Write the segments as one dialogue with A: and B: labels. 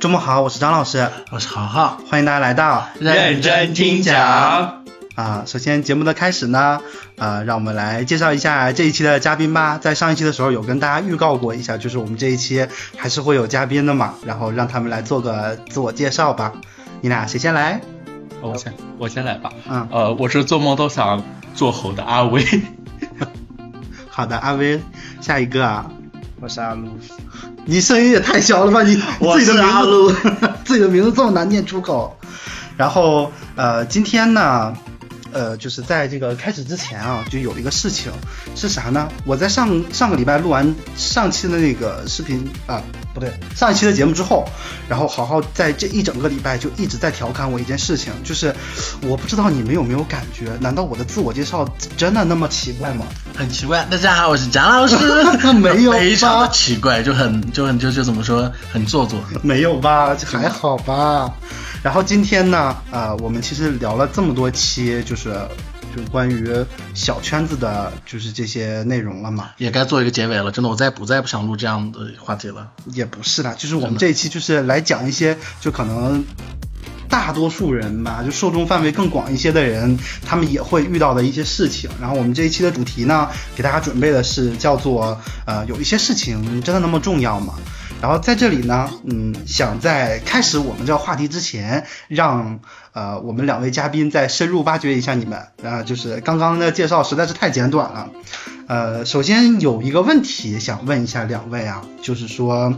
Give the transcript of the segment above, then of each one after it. A: 周末好，我是张老师，
B: 我是豪豪，
A: 欢迎大家来到
B: 认真听讲。
A: 啊。首先节目的开始呢，呃，让我们来介绍一下这一期的嘉宾吧。在上一期的时候有跟大家预告过一下，就是我们这一期还是会有嘉宾的嘛，然后让他们来做个自我介绍吧。你俩谁先来？
B: 哦我先我先来吧。
A: 嗯，
B: 呃，我是做梦都想做猴的阿威。
A: 好的，阿威，下一个啊，
C: 我是阿撸，
A: 你声音也太小了吧！ 你
C: 我
A: 自己的
C: 是
A: 名
C: 阿
A: 字
C: 撸，
A: 自己的名字这么难念出口。然后呃，今天呢，呃，就是在这个开始之前啊，就有一个事情是啥呢？我在上上个礼拜录完上期的那个视频啊，不对，上一期的节目之后，然后好好在这一整个礼拜就一直在调侃我一件事情，就是我不知道你们有没有感觉？难道我的自我介绍真的那么奇怪吗？，
C: 很奇怪。大家好，我是蒋老师
A: 没有吧
C: 非常的奇怪，就很就很就就怎么说，很做作。
A: 没有吧，还好吧。然后今天呢，呃，我们其实聊了这么多期，就是就是关于小圈子的，就是这些内容了嘛，
C: 也该做一个结尾了，真的，我再不再不想录这样的话题了。
A: 也不是啦，就是我们这一期就是来讲一些，就可能大多数人吧，就受众范围更广一些的人，他们也会遇到的一些事情。然后我们这一期的主题呢，给大家准备的是叫做呃，有一些事情真的那么重要吗？然后在这里呢，嗯，想在开始我们这个话题之前，让呃我们两位嘉宾再深入挖掘一下你们啊、就是刚刚的介绍实在是太简短了。呃，首先有一个问题想问一下两位啊，就是说，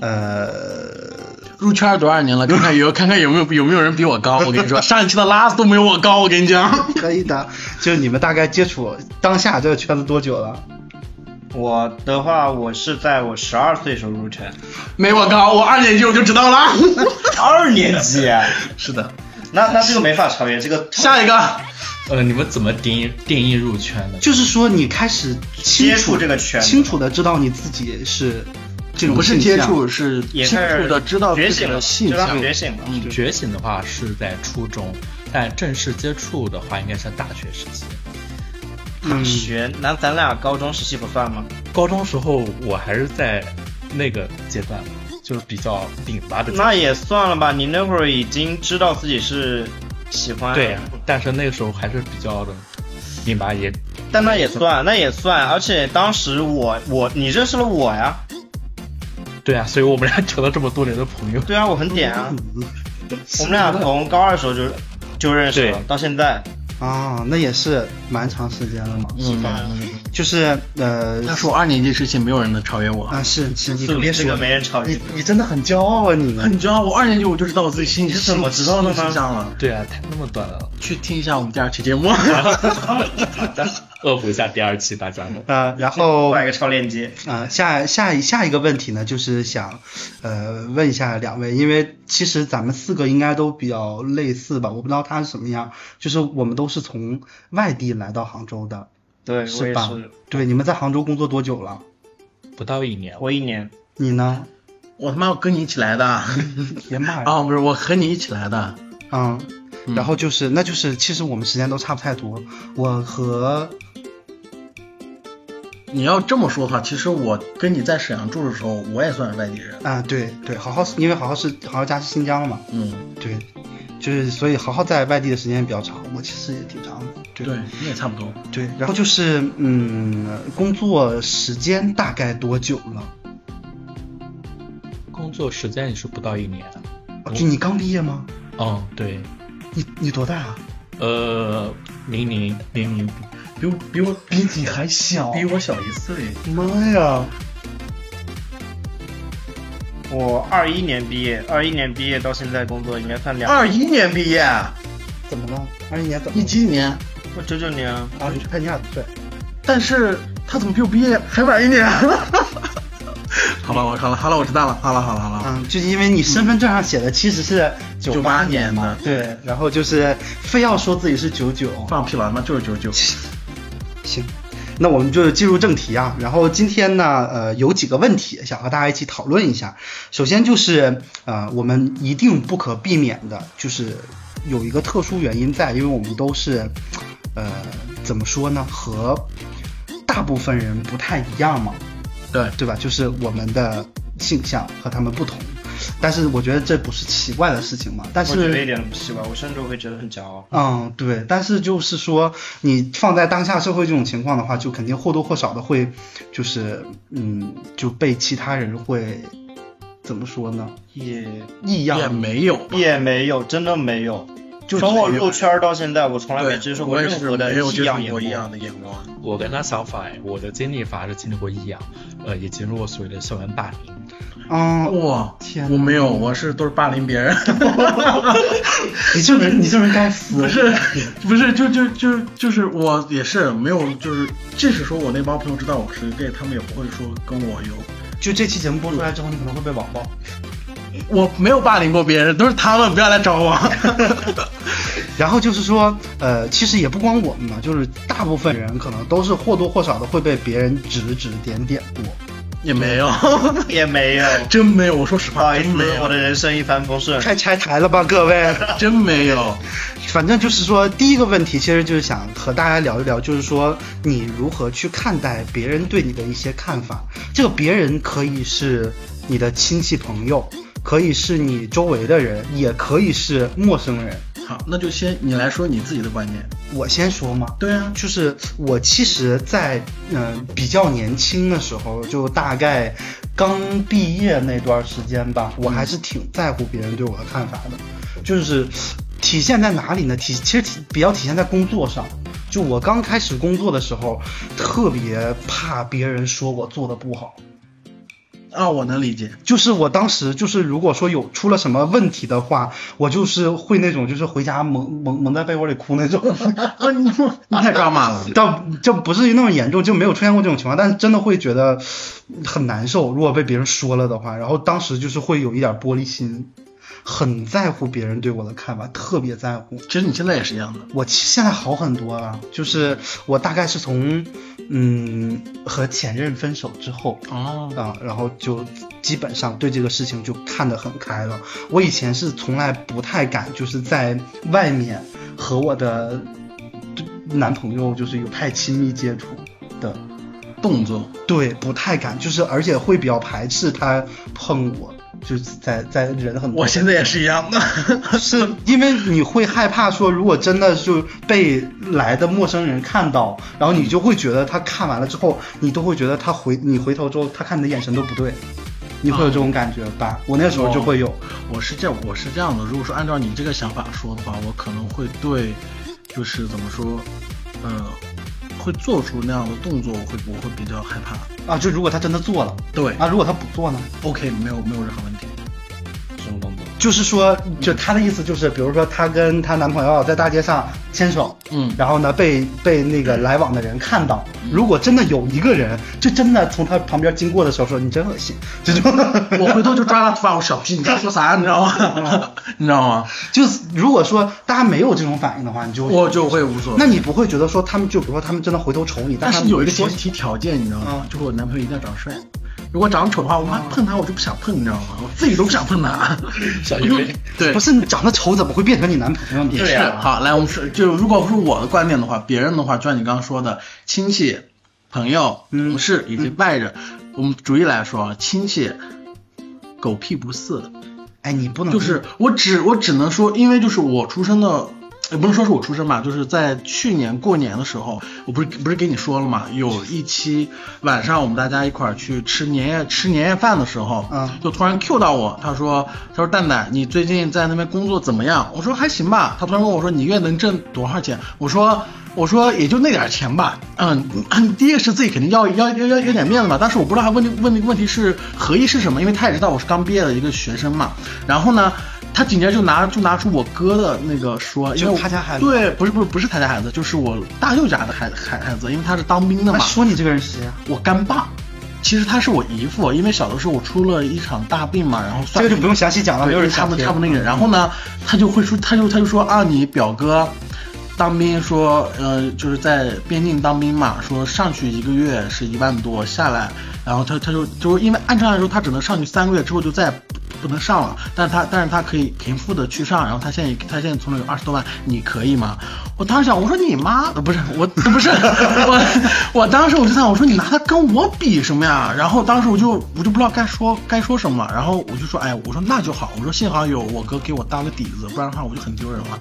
A: 呃，
C: 入圈多少年 了？看看有看看有没有有没有人比我高？我跟你说， 上一期的拉斯都没有我高，我跟你讲。
A: 可以的，就是你们大概接触当下这个圈子多久了？
D: 我的话，我是在我十二岁时候入圈，
C: 没我高，我二年级我就知道了。
D: 二年级，啊
C: 是的，
D: 那那这个没法超越，这个
C: 下一个，
B: 呃，你们怎么定义定义入圈的？
A: 就是说你开始清
D: 接
A: 楚
D: 触这个圈子
A: 清楚的知道你自己是这种
C: 不是
A: 倾
C: 接
A: 向
C: 触，是
D: 也
C: 清
D: 是
C: 楚的知道
D: 觉
C: 自己
D: 醒了，
C: 的性
D: 知道
C: 向。
D: 觉醒了，
C: 嗯
B: 觉醒的话是在初中，但正式接触的话应该是大学时期。
D: 大学，那咱俩高中时期不算吗？
B: 高中时候我还是在那个阶段，就是比较拧巴的阶段。
D: 那也算了吧，你那会儿已经知道自己是喜欢，
B: 对，啊但是那个时候还是比较的拧巴，也
D: 但那也算，那也算，而且当时我我你认识了我呀，
B: 对啊，所以我们俩 成了这么多年的朋友。
D: 对啊，我很点啊，
A: 嗯
D: 我们 俩从高二时候就就认识了
B: 对，
D: 到现在，
A: 啊，那也是蛮长时间了嘛。
C: 嗯，
A: 就是呃，
C: 但是我二年级时期没有人能超越我。
A: 啊，是是，你
D: 这
A: 可别
D: 个
A: 说
D: 这
A: 了，
D: 个没人超越
A: 你，你真的很骄傲啊，你们。
C: 你知道我二年级我就知道我自己心里
D: 你是怎么知道的呢
C: 形象了。
B: 对啊，太那么短了，
C: 去听一下我们第二期节目。
B: 恶补一下第二期大家的。
A: 呃，然后
D: 画一个超链接。
A: 啊，下下一下一个问题呢，就是想，呃，问一下两位，因为其实咱们四个应该都比较类似吧，我不知道他是什么样，就是我们都是从外地来到杭州的，
D: 对，我
A: 是
D: 也
A: 吧
D: 是，？
A: 对，你们在杭州工作多久了？
B: 不到一年，
D: 我一年，
A: 你呢？
C: 我他妈我跟你一起来 的，啊、
A: 别骂呀，
C: 不是我和你一起来的，
A: 嗯，然后就是，那就是，其实我们时间都差不太多，我和
C: 你要这么说的话，其实我跟你在沈阳住的时候，我也算是外地人。
A: 啊、对对，好好，因为好好是好好家是新疆的嘛，
C: 嗯，
A: 对，就是所以好好在外地的时间比较长，我其实也挺长的，对。
C: 对，你也差不多。
A: 对，然后就是嗯，工作时间大概多久了？
B: 工作时间也是不到一年啊的。
A: 哦就你刚毕业吗？
B: 嗯，对，
A: 你你多大啊？
B: 呃，零零零零，
C: 比我比我
A: 比你还小
C: 比我小一岁。
A: 妈呀！
D: 我二一年毕业，二一年毕业到现在工作应该算两，
C: 二一年毕业，
A: 怎么了？二一年怎么
C: 一
A: 了？
C: 七年，
D: 我九九年啊，
A: 啊，你看你俩对，
C: 但是他怎么比我毕业还晚一年？ 好吧，我好了好了，我知道了，好了好了好了，
A: 嗯，就因为你身份证上写的其实是九
C: 八
A: 年
C: 年
A: 嘛，
C: 的
A: 对，然后就是非要说自己是九九，
C: 放屁了，他妈就是九九九。
A: 行，那我们就进入正题啊。然后今天呢，呃，有几个问题想和大家一起讨论一下。首先就是，呃，我们一定不可避免的，就是有一个特殊原因在，因为我们都是，呃，怎么说呢，和大部分人不太一样嘛。
C: 对，
A: 对吧？就是我们的性向和他们不同，但是我觉得这不是奇怪的事情嘛。但
D: 我觉得
A: 是
D: 一点都不奇怪，我甚至会觉得很骄傲。
A: 嗯，对，但是就是说，你放在当下社会这种情况的话，就肯定或多或少的会，就是嗯，就被其他人会怎么说呢？
D: 也
A: 异
C: 也
A: 样，
C: 没有吧，
D: 也没有，真的没有。
A: 就
D: 从我
A: 没有
D: 入圈到现在，我从来没
C: 对，
D: 接受过
C: 我也
D: 任
C: 是
D: 何的
C: 没有接
D: 异样
C: 受
D: 眼
C: 过一样
D: 光。
C: 的眼光。
B: 我跟他相反，哎我的经历反而是经历过异样，呃，也经历过所谓的校园霸凌。
A: 嗯，
C: 哇，
A: 天哪
C: 我没有，我是都是霸凌别人。
A: 你这人，你这人该死，
C: 不是不是，就就就就是我也是没有，就是即使说我那帮朋友知道我是 gay，他们也不会说跟我有，
A: 就这期节目播出来之后，你可能会被网暴。
C: 我没有霸凌过别人，都是他们不要来找我。
A: 然后就是说，呃，其实也不光我们嘛，就是大部分人可能都是或多或少的会被别人指指点点过。
C: 也没有，
D: 也没有。
C: 真 没有，我说实
D: 不好
C: 话，
D: 意思
C: 真没，
D: 我的
C: 有，
D: 人生一帆风顺。
A: 太拆台了吧，各位！
C: 真没有。
A: 反正就是说，第一个问题其实就是想和大家聊一聊，就是说你如何去看待别人对你的一些看法。这个别人可以是你的亲戚朋友，可以是你周围的人，也可以是陌生人。
C: 好，那就先你来说你自己的观点。
A: 我先说嘛，
C: 对啊，
A: 就是我其实在，嗯比较年轻的时候，就大概刚毕业那段时间吧，我还是挺在乎别人对我的看法的，就是体现在哪里呢？体其实体比较体现在工作上。就我刚开始工作的时候，特别怕别人说我做的不好。
C: 啊，我能理解。
A: 就是我当时就是如果说有出了什么问题的话，我就是会那种就是回家蒙蒙蒙在被窝里哭那种。
C: 啊，你你太抓马了。
A: 倒就不至于那么严重，就没有出现过这种情况，但是真的会觉得很难受。如果被别人说了的话，然后当时就是会有一点玻璃心，很在乎别人对我的看法，特别在乎。
C: 其实你现在也是一样的。
A: 我其现在好很多了，就是我大概是从嗯和前任分手之后，
C: 哦，
A: 啊，然后就基本上对这个事情就看得很开了。我以前是从来不太敢，就是在外面和我的男朋友就是有太亲密接触的，
C: 动作
A: 对，不太敢，就是而且会比较排斥他碰我，就是在在人很多
C: 我现在也是一样的。
A: 是因为你会害怕说，如果真的就被来的陌生人看到，然后你就会觉得他看完了之后，你都会觉得他回你回头之后，他看你的眼神都不对，你会有这种感觉吧？我那时候就会有，
C: 我是这我是这样的，如果说按照你这个想法说的话，我可能会对，就是怎么说，呃，会做出那样的动作，我会我会比较害怕。
A: 啊，就如果他真的做了，
C: 对
A: 啊，如果他不做呢？
C: ，OK，没有没有任何问题。
B: 什么动作？
A: 就是说，就她的意思就是，比如说她跟她男朋友在大街上牵手，
C: 嗯
A: 然后呢被被那个来往的人看到，如果真的有一个人就真的从她旁边经过的时候说你真恶心，这种，
C: 我回头就抓他头发，我小屁，你在说啥？你知道吗？ 你知道吗？
A: 就是如果说大家没有这种反应的话，你就会
C: 我就会无所谓。
A: 那你不会觉得说他们就比如说他们真的回头瞅你，
C: 但
A: 他
C: 是
A: 们
C: 有一个
A: 不会
C: 前
A: 说
C: 提条件，你知道吗？就是我男朋友一定要长帅。如果长丑的话，我妈碰他我就不想碰，你知道吗？我自己都不想碰他。
B: 小鱼妹，
C: 对
A: 不是你长得丑怎么会变成你男朋友呢？
C: 也
D: 对
C: 是
D: 啊
C: 好，来，我们说，就如果是我的观点的话，别人的话，就像你刚刚说的，亲戚、朋友、
A: 嗯
C: 同事以及外人，我们逐一来说啊，亲戚。狗屁不是，
A: 哎，你不能
C: 就是我只我只能说，因为就是我出生的，也不能说是我出生吧，就是在去年过年的时候，我不是不是给你说了嘛，有一期晚上我们大家一块儿去吃年夜吃年夜饭的时候，
A: 嗯
C: 就突然 Q 到我，他说他说蛋蛋，你最近在那边工作怎么样？我说还行吧。他突然问我说你月能挣多少钱？我说我说也就那点儿钱吧。嗯，嗯第一个是自己肯定要要要要要点面子嘛，但是我不知道他问问那个问题是何意是什么，因为他也知道我是刚毕业的一个学生嘛。然后呢，他紧接着就拿就拿出我哥的那个说，因为
A: 就
C: 我
A: 他家孩子
C: 对，不是不是不是他家孩子，就是我大舅家的孩孩孩子，因为他是当兵的
A: 那
C: 嘛。
A: 说你这个人是谁啊？
C: 我干爸，其实他是我姨父，因为小的时候我出了一场大病嘛，然后
A: 这
C: 算
A: 个就不用详细讲了，
C: 对
A: 没有人
C: 他
A: 想
C: 们
A: 听
C: 他们那个，然后呢，他就会说，他就他就说啊，你表哥当兵说，呃，就是在边境当兵嘛，说上去一个月是一万多，下来，然后他他就就是因为按照来说，他只能上去三个月之后就再也不不能上了，但他但是他可以平复的去上，然后他现在他现在从那有二十多万，你可以吗？我当时想，我说你妈呃不是我不是 我我当时我就想，我说你拿他跟我比什么呀？然后当时我就我就不知道该说该说什么了，然后我就说哎，我说那就好，我说幸好有我哥给我搭了底子，不然的话我就很丢人了。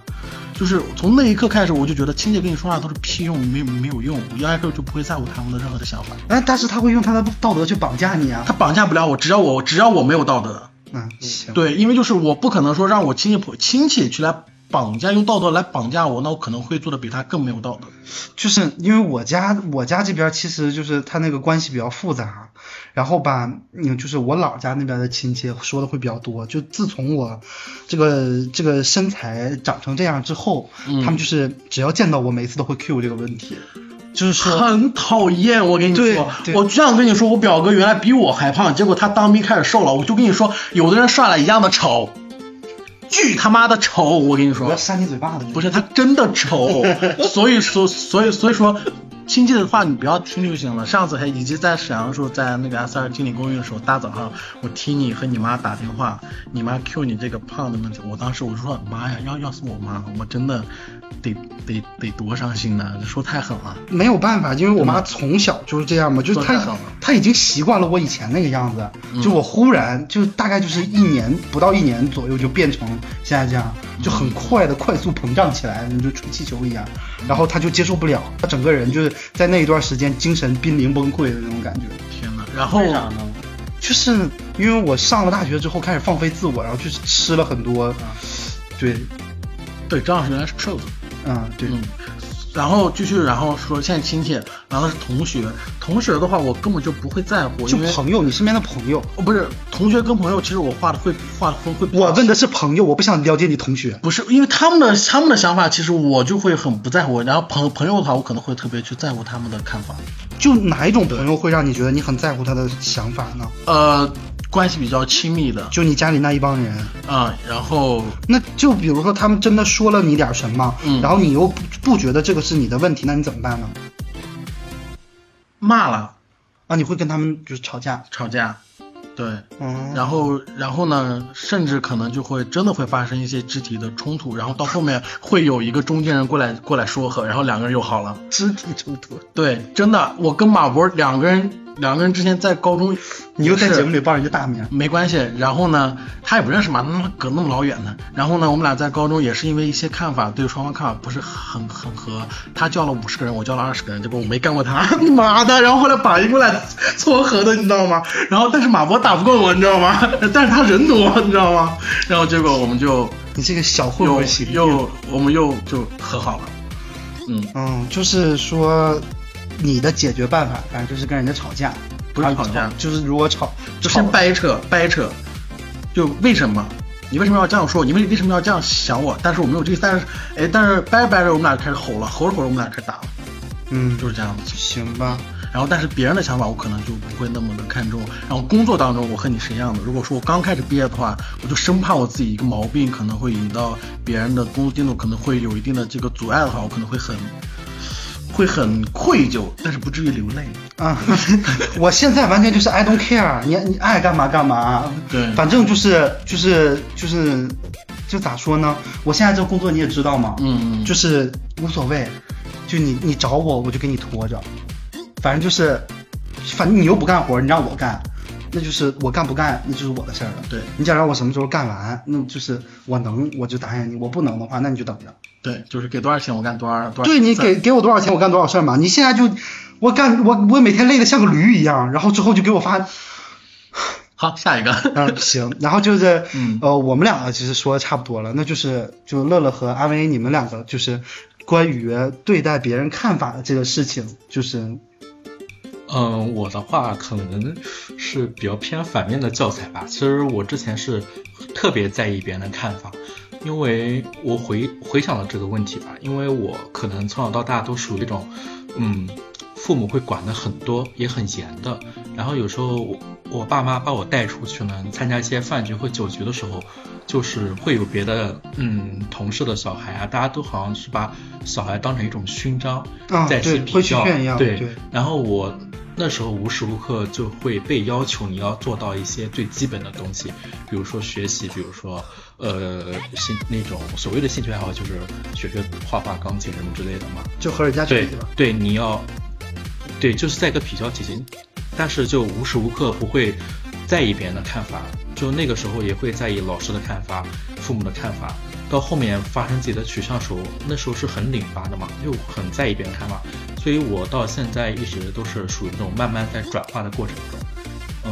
C: 就是从那一刻开始，我就觉得亲戚跟你说话都是屁用，没没有用，我压根儿就不会在乎他们的任何的想法。
A: 但哎但是他会用他的道德去绑架你啊。
C: 他绑架不了我，只要我只要我没有道德。
A: 嗯，行，
C: 对，因为就是我不可能说让我亲戚朋亲戚去来绑架，用道德来绑架我，那我可能会做的比他更没有道德。
A: 就是因为我家我家这边其实就是他那个关系比较复杂，然后吧，嗯，就是我姥家那边的亲戚说的会比较多。就自从我这个这个身材长成这样之后，他们就是只要见到我，每一次都会 Q 这个问题，就是说。
C: 很讨厌，我跟你
A: 对
C: 说，
A: 对
C: 我就想跟你说，我表哥原来比我还胖，结果他当兵开始瘦了。我就跟你说，有的人上来一样的丑，巨他妈的丑，我跟你
A: 我
C: 说
A: 要，扇你嘴巴子！
C: 不是他真的 丑，所以说，所以所以说，亲戚的话你不要听就行了。上次还以及在沈阳的时候，在那个 S 二经理公寓的时候，大早上我听你和你妈打电话，你妈 Q 你这个胖的问题，我当时我就说妈呀，要要是我妈，我真的得得得多伤心呢，这说太狠了。
A: 没有办法，因为我
C: 嗯
A: 妈从小就是这样嘛，就是
C: 做太
A: 她
C: 好了
A: 她已经习惯了我以前那个样子，
C: 嗯
A: 就我忽然就大概就是一年不到一年左右就变成现在这样，就很快的快速膨胀起来，就吹气球一样，然后
C: 嗯
A: 她就接受不了，她整个人就是在那一段时间精神濒临崩溃的那种感觉。
C: 天呐，然后
D: 为啥呢？
A: 就是因为我上了大学之后开始放飞自我，然后就是吃了很多，
C: 嗯
A: 对，
C: 对张老师原来是瘦子，
A: 嗯对，
C: 嗯，然后继续，然后说现在亲戚，然后是同学，同学的话我根本就不会在乎，
A: 就
C: 因为
A: 朋友，你身边的朋友，
C: 哦不是同学跟朋友，其实我画的会画的会会比较
A: 我问的是朋友，我不想了解你同学。
C: 不是，因为他们的他们的想法，其实我就会很不在乎，然后朋朋友的话，我可能会特别去在乎他们的看法，
A: 就哪一种朋友会让你觉得你很在乎他的想法呢？
C: 呃，关系比较亲密的，
A: 就你家里那一帮人，
C: 啊、然后
A: 那就比如说他们真的说了你点什么，
C: 嗯
A: 然后你又不不觉得这个是你的问题，那你怎么办呢？
C: 骂了，
A: 啊，你会跟他们就是吵架，
C: 吵架，对，
A: 嗯，
C: 然后，然后呢，甚至可能就会真的会发生一些肢体的冲突，然后到后面会有一个中间人过来过来说和，然后两个人又好了。
A: 肢体冲突，
C: 对，真的，我跟马博两个人，两个人之前在高中，
A: 你又在
C: 是
A: 节目里报人家大名，
C: 没关系。然后呢，他也不认识嘛，那么隔那么老远呢。然后呢，我们俩在高中也是因为一些看法，对双方看法不是很很合。他叫了五十个人，我叫了二十个人，结果我没干过他， 妈的！然后后来把一过来撮合的，你知道吗？然后但是马博打不过我，你知道吗？ 但是他人多，你知道吗？然后结果我们就
A: 你这个小混
C: 又
A: 混型，
C: 又我们又就和好了。嗯，
A: 嗯，就是说你的解决办法，反正就是跟人家吵架，
C: 不是吵架
A: 就是如果吵，
C: 就
A: 吵
C: 先掰扯掰扯，就为什么？你为什么要这样说？你为为什么要这样想我？但是我没有这个，但是哎，但是掰着掰着，我们俩就开始吼了，吼着吼着，我们俩开始打了，
A: 嗯，
C: 就是这样子。
A: 行吧，
C: 然后，但是别人的想法我可能就不会那么的看重。然后工作当中，我和你是一样的。如果说我刚开始毕业的话，我就生怕我自己一个毛病可能会引到别人的工作进度可能会有一定的这个阻碍的话，我可能会很会很愧疚，但是不至于流泪。
A: 啊， 我现在完全就是 I don't care，你你爱干嘛干嘛，
C: 对
A: 反正就是就是就是就咋说呢？我现在这个工作你也知道嘛，
C: 嗯，
A: 就是无所谓，就你你找我我就给你拖着，反正就是，反正你又不干活，你让我干，那就是我干不干那就是我的事儿了。
C: 对
A: 你想让我什么时候干完，那就是我能我就答应你，我不能的话那你就等着。
C: 对，就是给多少钱我干多少多少。
A: 对你给给我多少钱，我干多少事儿嘛。你现在就，我干我我每天累得像个驴一样，然后之后就给我发，
C: 好，下一个。
A: 嗯、行，然后就是，
C: 嗯
A: 呃，我们两个其实说的差不多了，那就是就乐乐和阿威你们两个就是关于对待别人看法的这个事情，就是
B: 嗯，我的话可能是比较偏反面的教材吧。其实我之前是特别在意别人的看法，因为我回回想了这个问题吧，因为我可能从小到大都属于那种，嗯，父母会管的很多，也很严的。然后有时候我我爸妈把我带出去呢，参加一些饭局或酒局的时候，就是会有别的嗯同事的小孩啊，大家都好像是把小孩当成一种勋章，
A: 啊
B: 在
A: 对
B: 去比
A: 会去
B: 较
A: 炫耀
B: 对
A: 对
B: 然后我那时候无时无刻就会被要求你要做到一些最基本的东西，比如说学习，比如说呃兴那种所谓的兴趣爱好，就是学学画画、钢琴什么之类的嘛。
A: 就和人家
B: 对
A: 比吧。
B: 对，你要对，就是在一个比较体型，但是就无时无刻不会在意别人的看法，就那个时候也会在意老师的看法、父母的看法。到后面发生自己的取向时候，那时候是很拧巴的嘛，就很在意别人看法，所以我到现在一直都是属于那种慢慢在转化的过程中，嗯，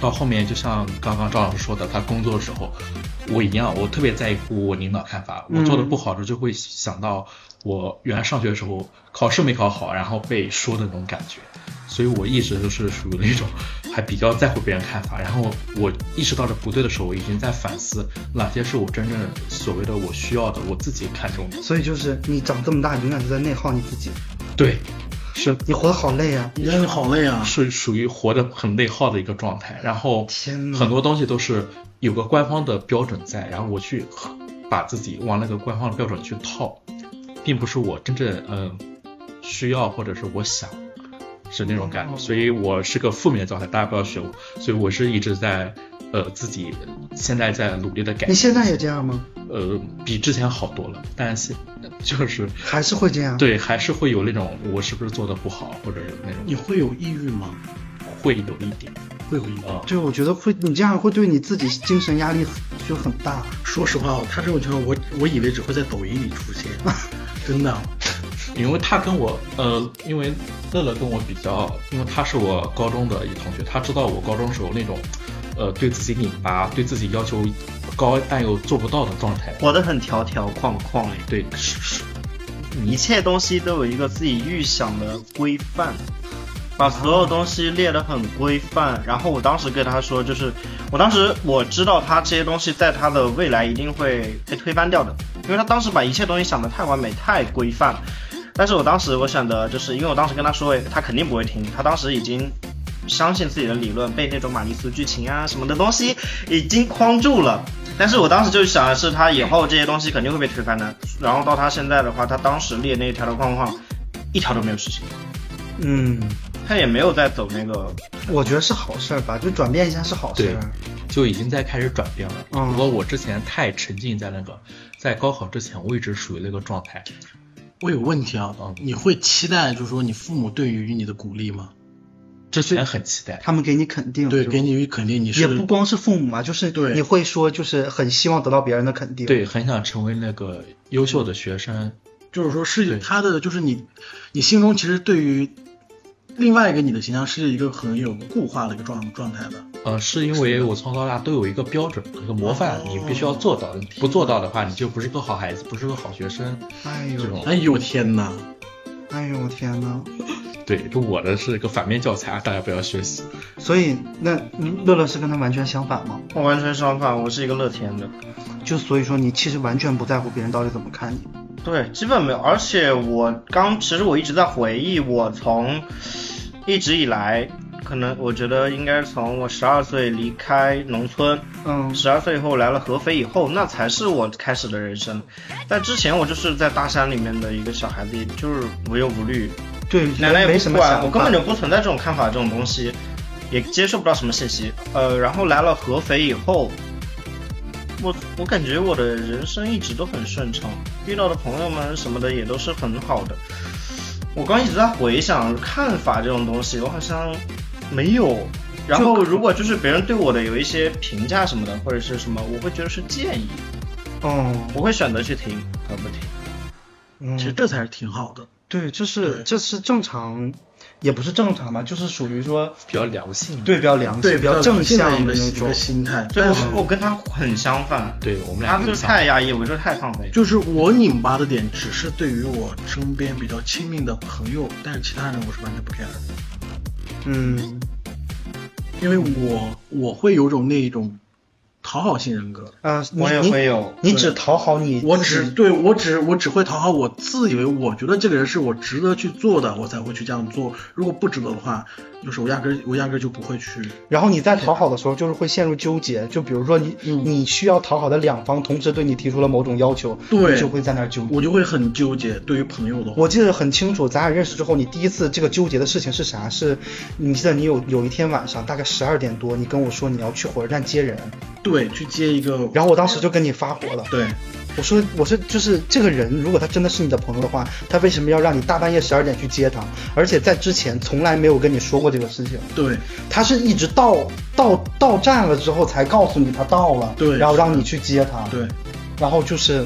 B: 到后面就像刚刚赵老师说的，他工作的时候，我一样，我特别在乎我领导看法，我做的不好的就会想到我原来上学的时候考试没考好，然后被说的那种感觉，所以我一直都是属于那种还比较在乎别人看法，然后我意识到了不对的时候，我已经在反思哪些是我真正所谓的我需要的，我自己看重的。
A: 所以就是你长这么大，永远都在内耗你自己，
B: 对，是
A: 你活得好累啊！
C: 你真的好累啊！
B: 是属于活得很内耗的一个状态，然后
A: 天呐
B: 很多东西都是有个官方的标准在，然后我去把自己往那个官方的标准去套，并不是我真正嗯、需要或者是我想是那种感
A: 哦
B: 觉，所以我是个负面的状态，大家不要学我，所以我是一直在呃自己现在在努力的改
A: 你，现在也这样吗？
B: 呃比之前好多了，但是就是
A: 还是会这样？，
B: 对还是会有那种我是不是做的不好，或者有那种
C: 你会有抑郁吗？
B: 会有一点
C: 会有抑郁。
B: 啊。
A: 对，我觉得会，你这样会对你自己精神压力就很大。
C: 说实话，他这种情况，我我以为只会在抖音里出现， 真的。
B: 因为他跟我，呃，因为乐乐跟我比较，因为他是我高中的一同学，他知道我高中时候那种，呃，对自己拧巴、对自己要求高但又做不到的状态。
D: 活得很条条框框哎，
B: 对，是是，
D: 一切东西都有一个自己预想的规范，把所有东西列得很规范。然后我当时跟他说，就是我当时我知道他这些东西在他的未来一定会被推翻掉的，因为他当时把一切东西想得太完美、太规范了。但是我当时我想的就是，因为我当时跟他说，他肯定不会听，他当时已经相信自己的理论，被那种玛丽苏剧情啊什么的东西已经框住了。但是我当时就想的是，他以后这些东西肯定会被推翻的。然后到他现在的话，他当时列那一条的框框，一条都没有实行，
A: 嗯，
D: 他也没有在走那个。
A: 我觉得是好事儿吧，就转变一下是好事
B: 对
A: 儿。
B: 就已经在开始转变了。
A: 嗯
B: 不过我之前太沉浸在那个，在高考之前，我一直属于那个状态。
C: 我有问题啊，你会期待就是说你父母对于你的鼓励吗？
B: 之前很期待，
A: 他们给你肯定，
C: 对，
A: 是吧
C: 给你肯定你
A: 嗯也
C: 是
A: 不光是父母嘛，就是
C: 对
A: 你会说，就是很希望得到别人的肯定。，
B: 对，很想成为那个优秀的学生。
C: 就是说是
B: 对
C: 他的，就是你，你心中其实对于另外一个你的形象是一个很有固化的一个状状态的。
B: 呃，是因为我从小到大都有一个标准，有一个模范
C: 哦，
B: 你必须要做到，不做到的话，你就不是个好孩子，不是个好学生。
A: 哎
B: 这种
A: 呦，
C: 哎呦天哪！
A: 哎呦，我天呐。
B: 对，就我的是一个反面教材啊，大家不要学习。
A: 所以那乐乐是跟他完全相反吗？
D: 我完全相反，我是一个乐天的。
A: 就所以说你其实完全不在乎别人到底怎么看你。
D: 对，基本没有。而且我刚，其实我一直在回忆，我从一直以来，可能我觉得应该从我十二岁离开农村，
A: 嗯，
D: 十二岁以后来了合肥以后，那才是我开始的人生。在之前，我就是在大山里面的一个小孩子，就是无忧无虑，
A: 对，
D: 奶奶也
A: 没
D: 不
A: 什么想
D: 管，
A: 法，
D: 我根本就不存在这种看法这种东西，也接受不到什么信息。呃，然后来了合肥以后，我我感觉我的人生一直都很顺畅，遇到的朋友们什么的也都是很好的。我刚一直在回想看法这种东西，我好像没有。然后如果就是别人对我的有一些评价什么的，或者是什么，我会觉得是建议，
A: 哦，
D: 我会选择去听而不听。
A: 嗯，
C: 其实这才是挺好的。
A: 对，这是这是正常，也不是正常吧，就是属于说
B: 比较良性。
A: 对比较良性、比较正
C: 正向
A: 向
C: 的
A: 的
C: 一个
A: 那
C: 一
A: 种
C: 个。心态。
D: 所以
C: 但
D: 我
C: 是
D: 我跟他很相反，
B: 对我们
D: 他
B: 俩
D: 就是
B: 像
D: 太压抑，我就是太放飞。
C: 就是我拧巴的点，只是对于我身边比较亲密的朋友，但是其他人我是完全不 care 的，
A: 嗯，
C: 因为我我会有种那种讨好型人格。
A: 啊，你
D: 我也
A: 你
D: 会有
A: 你
D: 对
A: 只讨好你自己，
C: 我只对我只我只会讨好我自以为我觉得这个人是我值得去做的，我才会去这样做。如果不值得的话，就是我压根儿我压根儿就不会去。
A: 然后你在讨好的时候，就是会陷入纠结。就比如说你、
C: 嗯
A: 你需要讨好的两方同时对你提出了某种要求，
C: 对
A: 你就会在那儿纠结。
C: 我就会很纠结。对于朋友的话，
A: 我记得很清楚，咱俩认识之后，你第一次这个纠结的事情是啥？是，你记得你有有一天晚上大概十二点多，你跟我说你要去火车站接人，
C: 对去接一个，
A: 然后我当时就跟你发火了，
C: 对
A: 我说我说就是这个人，如果他真的是你的朋友的话，他为什么要让你大半夜十二点去接他？而且在之前从来没有跟你说过这个事情。
C: 对
A: 他是一直到到到站了之后才告诉你他到了，
C: 对
A: 然后让你去接他，，
C: 对
A: 然后就是，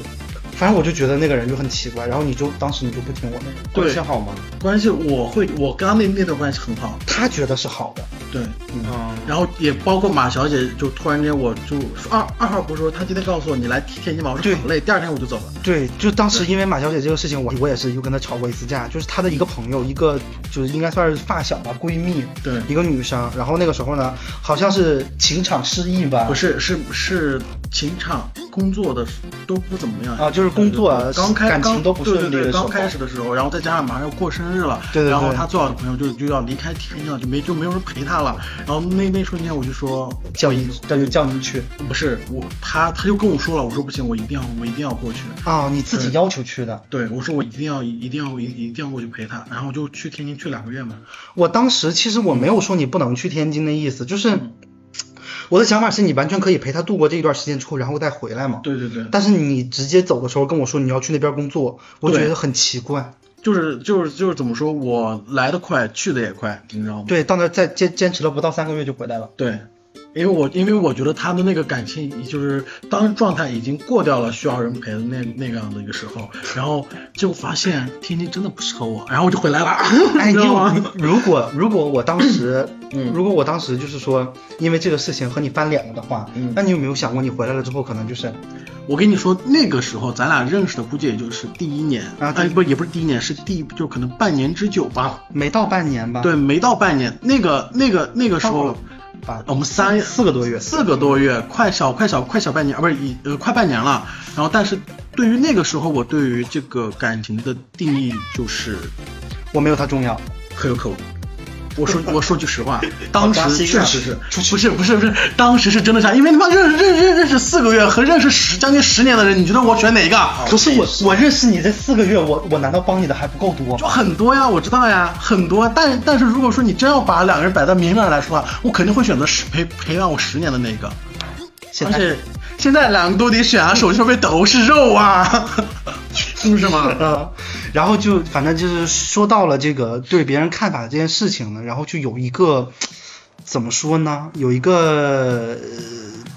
A: 反正我就觉得那个人就很奇怪，然后你就当时你就不听我的，
D: 关
C: 对
D: 系，好吗？
C: 关系我会我刚刚那那段关系很好，
A: 他觉得是好的，
C: 对。
D: 嗯，
C: 然后也包括马小姐，就突然间我就说啊二二号不是说她今天告诉我你来提天津吗？我说
A: 对
C: 好累，第二天我就走了。
A: 对，就当时因为马小姐这个事情，我我也是又跟她吵过一次架，就是她的一个朋友，一个就是应该算是发小吧，闺蜜，
C: 对
A: 一个女生，然后那个时候呢，好像是情场失意吧，
C: 不是是是情场工作的都不怎么样
A: 啊就是工作
C: 对对对刚开
A: 感情
C: 刚
A: 都不顺利的
C: 对对对
A: 时候
C: 刚开始的时候，然后再加上马上要过生日了，
A: 对对对
C: 然后他最好的朋友就就要离开天津了，就没就没有人陪他了，然后那那瞬间我就说
A: 叫你这就叫你去
C: 不是我他他就跟我说了，我说不行，我一定要我一定要过去，
A: 啊，你自己
C: 对
A: 要求去的，
C: 对我说我一定要一定要一一定要过去陪他，然后就去天津去两个月嘛，
A: 我当时其实我没有说你不能去天津的意思，就是我的想法是你完全可以陪他度过这一段时间之后，然后再回来嘛。
C: 对对对，
A: 但是你直接走的时候跟我说你要去那边工作，我
C: 对
A: 觉得很奇怪。
C: 就是就是就是怎么说，我来的快，去的也快，你知道吗？
A: 对，到那儿再坚坚持了不到三个月就回来了。
C: 对，因为我因为我觉得他的那个感情，就是当状态已经过掉了需要人陪的那那个样的一个时候，然后就发现天津真的不适合我，然后我就回来了，
A: 哎，你
C: 你知道
A: 有
C: 吗？
A: 如果如果我当时，
C: 嗯
A: 如果我当时就是说因为这个事情和你翻脸了的话，
C: 嗯
A: 那你有没有想过你回来了之后可能就是
C: 我跟你说，那个时候咱俩认识的估计也就是第一年，
A: 啊
C: 哎
A: 对
C: 不也不是第一年，是第就可能半年之久吧，
A: 没到半年吧？
C: 对，没到半年，那个那个那个时
A: 到
C: 候
A: 了。吧，
C: 我们三
A: 哦四个多月
C: 四个多月，快小快小快小半年啊，不是一呃快半年了。然后，但是对于那个时候，我对于这个感情的定义就是
A: 我没有他重要。
C: 可有可无。我说我说句实话，当
D: 好扎
C: 时
D: 心
C: 确
D: 啊
C: 实是，不是不是不是，当时是真的啥？因为他妈认识认认认识四个月和认识十将近十年的人，你觉得我选哪个？
A: 不是我，我认识你这四个月，我我难道帮你的还不够多
C: 就
A: 吗？
C: 很多呀，我知道呀，很多。啊但但是如果说你真要把两个人摆在明面上来说的话，我肯定会选择十陪陪伴我十年的那个。
A: 现
C: 而
A: 在
C: 且现在两个都得选啊，手上面都是肉啊，是 不是嘛？
A: 呃， 然后就反正就是说到了这个对别人看法这件事情呢，然后就有一个怎么说呢？有一个、呃、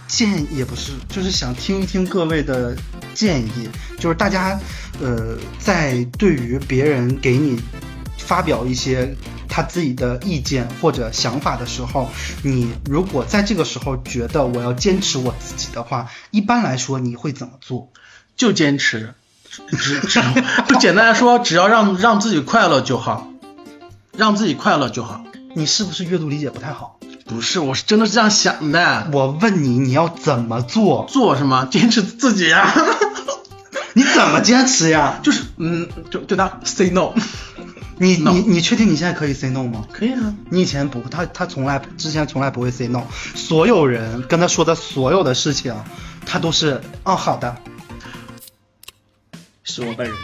A: 建也不是，就是想听一听各位的建议，就是大家呃在对于别人给你发表一些。他自己的意见或者想法的时候，你如果在这个时候觉得我要坚持我自己的话，一般来说你会怎么做？
C: 就坚持，只只 不简单来说，只要让让自己快乐就好，让自己快乐就好。
A: 你是不是阅读理解不太好？
C: 不是，我是真的是这样想的。
A: 我问你，你要怎么做？
C: 做什么？坚持自己啊，
A: 你怎么坚持呀？
C: 就是嗯，就对他 say no，
A: 你
C: No
A: 你你确定你现在可以 say no 吗？
C: 可以啊。
A: 你以前不，他他从来之前从来不会 say no，所有人跟他说的所有的事情，他都是哦好的，
D: 是我本人。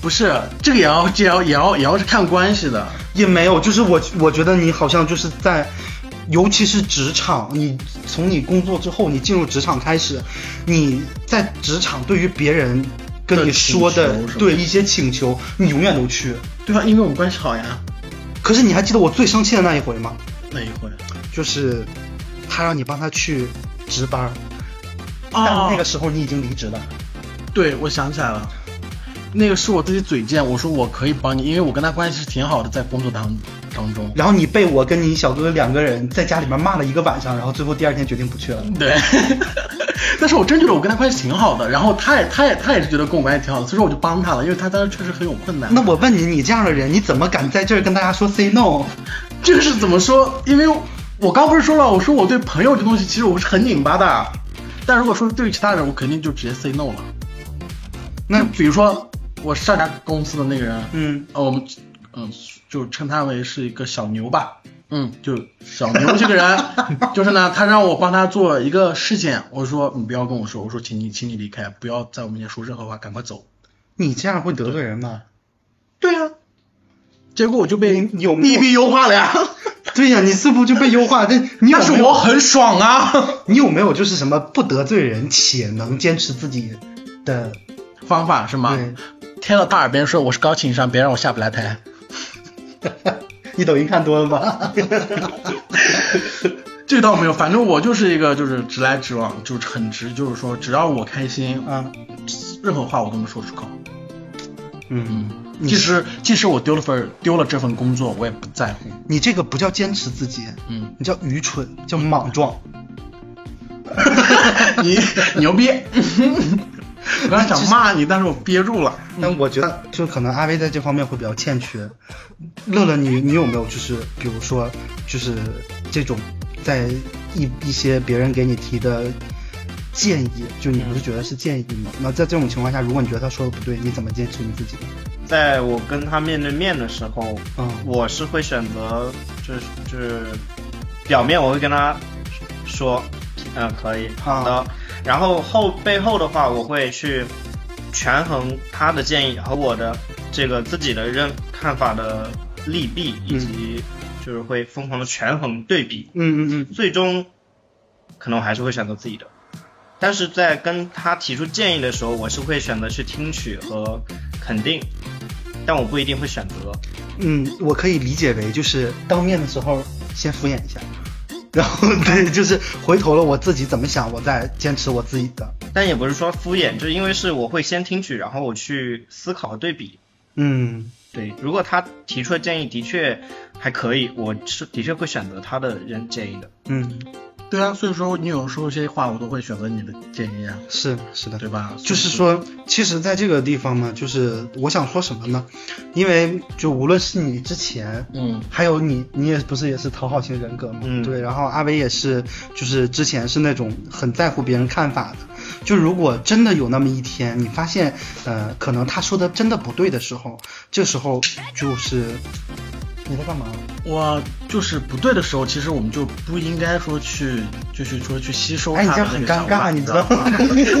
C: 不是，这个也要这也要也要也要是看关系的。
A: 也没有，就是我我觉得你好像就是在，尤其是职场，你从你工作之后，你进入职场开始，你在职场对于别人跟你说
C: 的
A: 的
C: 请求是吧
A: 对一些请求，你永远都去。
C: 对啊，因为我们关系好呀。
A: 可是你还记得我最生气的那一回吗？
C: 那一回
A: 就是他让你帮他去值班儿，但那个时候你已经离职了。
C: 哦对，我想起来了，那个是我自己嘴贱，我说我可以帮你，因为我跟他关系是挺好的，在工作当当中。
A: 然后你被我跟你小哥哥两个人在家里面骂了一个晚上，然后最后第二天决定不去了。
C: 对， 但是我真觉得我跟他关系挺好的，然后他也他也他也是觉得跟我关系挺好的，所以说我就帮他了，因为他当时确实很有困难。
A: 那我问你，你这样的人，你怎么敢在这儿跟大家说 say no？
C: 这个是怎么说？因为我刚不是说了，我说我对朋友这东西其实我是很拧巴的，啊但如果说是对于其他人，我肯定就直接 say no 了。
A: 那
C: 就比如说我上家公司的那个人，
A: 嗯，
C: 呃，我们嗯、就称他为是一个小牛吧。嗯，就小牛这个人， 就是呢，他让我帮他做一个事情，我说嗯你不要跟我说，我说请你请你离开，不要在我面前说任何话，赶快走。
A: 你这样会得罪人吧？
C: 对啊，结果我就被
A: 你有没有
C: 一笔优化了呀，
A: 对呀、你是不是就被优化？这你有
C: 但是
A: 没有
C: 我很爽啊。
A: 你有没有就是什么不得罪人且能坚持自己的？
C: 方法是吗？
A: 对，
C: 贴到他耳边说我是高情商，别让我下不来台。
A: 你抖音看多了吧？
C: 这倒没有，反正我就是一个就是直来直往，就是很直，就是说只要我开心，呃
A: 啊，
C: 任何话我都能说出口。
A: 嗯，你
C: 即使即使我丢了份丢了这份工作，我也不在 乎。
A: 你这个不叫坚持自己，
C: 嗯，
A: 你叫愚蠢，叫莽撞。
C: 你牛逼！我刚想骂你，但是我憋住了。
A: 但我觉得，就可能阿威在这方面会比较欠缺。乐乐你，你有没有就是，比如说，就是这种在一一些别人给你提的建议，就你不是觉得是建议吗？那在这种情况下，如果你觉得他说的不对，你怎么坚持你自己？
D: 在我跟他面对面的时候，
A: 嗯
D: 我是会选择就是就是表面我会跟他说，嗯，可以，
A: 啊
D: 好的。然后后背后的话，我会去权衡他的建议和我的这个自己的认看法的利弊，以及就是会疯狂的权衡对比，
A: 嗯嗯
D: 最终可能我还是会选择自己的。但是在跟他提出建议的时候，我是会选择去听取和肯定，但我不一定会选择。
A: 嗯嗯，我可以理解为就是当面的时候先敷衍一下，然后对，就是回头了我自己怎么想，我再坚持我自己的。
D: 但也不是说敷衍，就因为是我会先听取，然后我去思考对比。
A: 嗯，
D: 对，如果他提出的建议的确还可以，我是的确会选择他的人建议的。
A: 嗯，
C: 对啊，所以说你有时候这些话我都会选择你的建议啊，
A: 是是的。
C: 对吧？
A: 就是说，其实在这个地方呢，就是我想说什么呢？因为就无论是你之前，
C: 嗯，
A: 还有你，你也不是也是讨好型人格嘛，
D: 嗯
A: 对。然后阿伟也是，就是之前是那种很在乎别人看法的。就如果真的有那么一天，你发现，呃，可能他说的真的不对的时候，这时候就是你在干嘛？
C: 我就是不对的时候，其实我们就不应该说去，就是说去吸收
A: 哎，你这
C: 他
A: 样
C: 的那
A: 很
C: 个
A: 尴
C: 想
A: 尬，
C: 法，
A: 你知
C: 知
A: 道吗？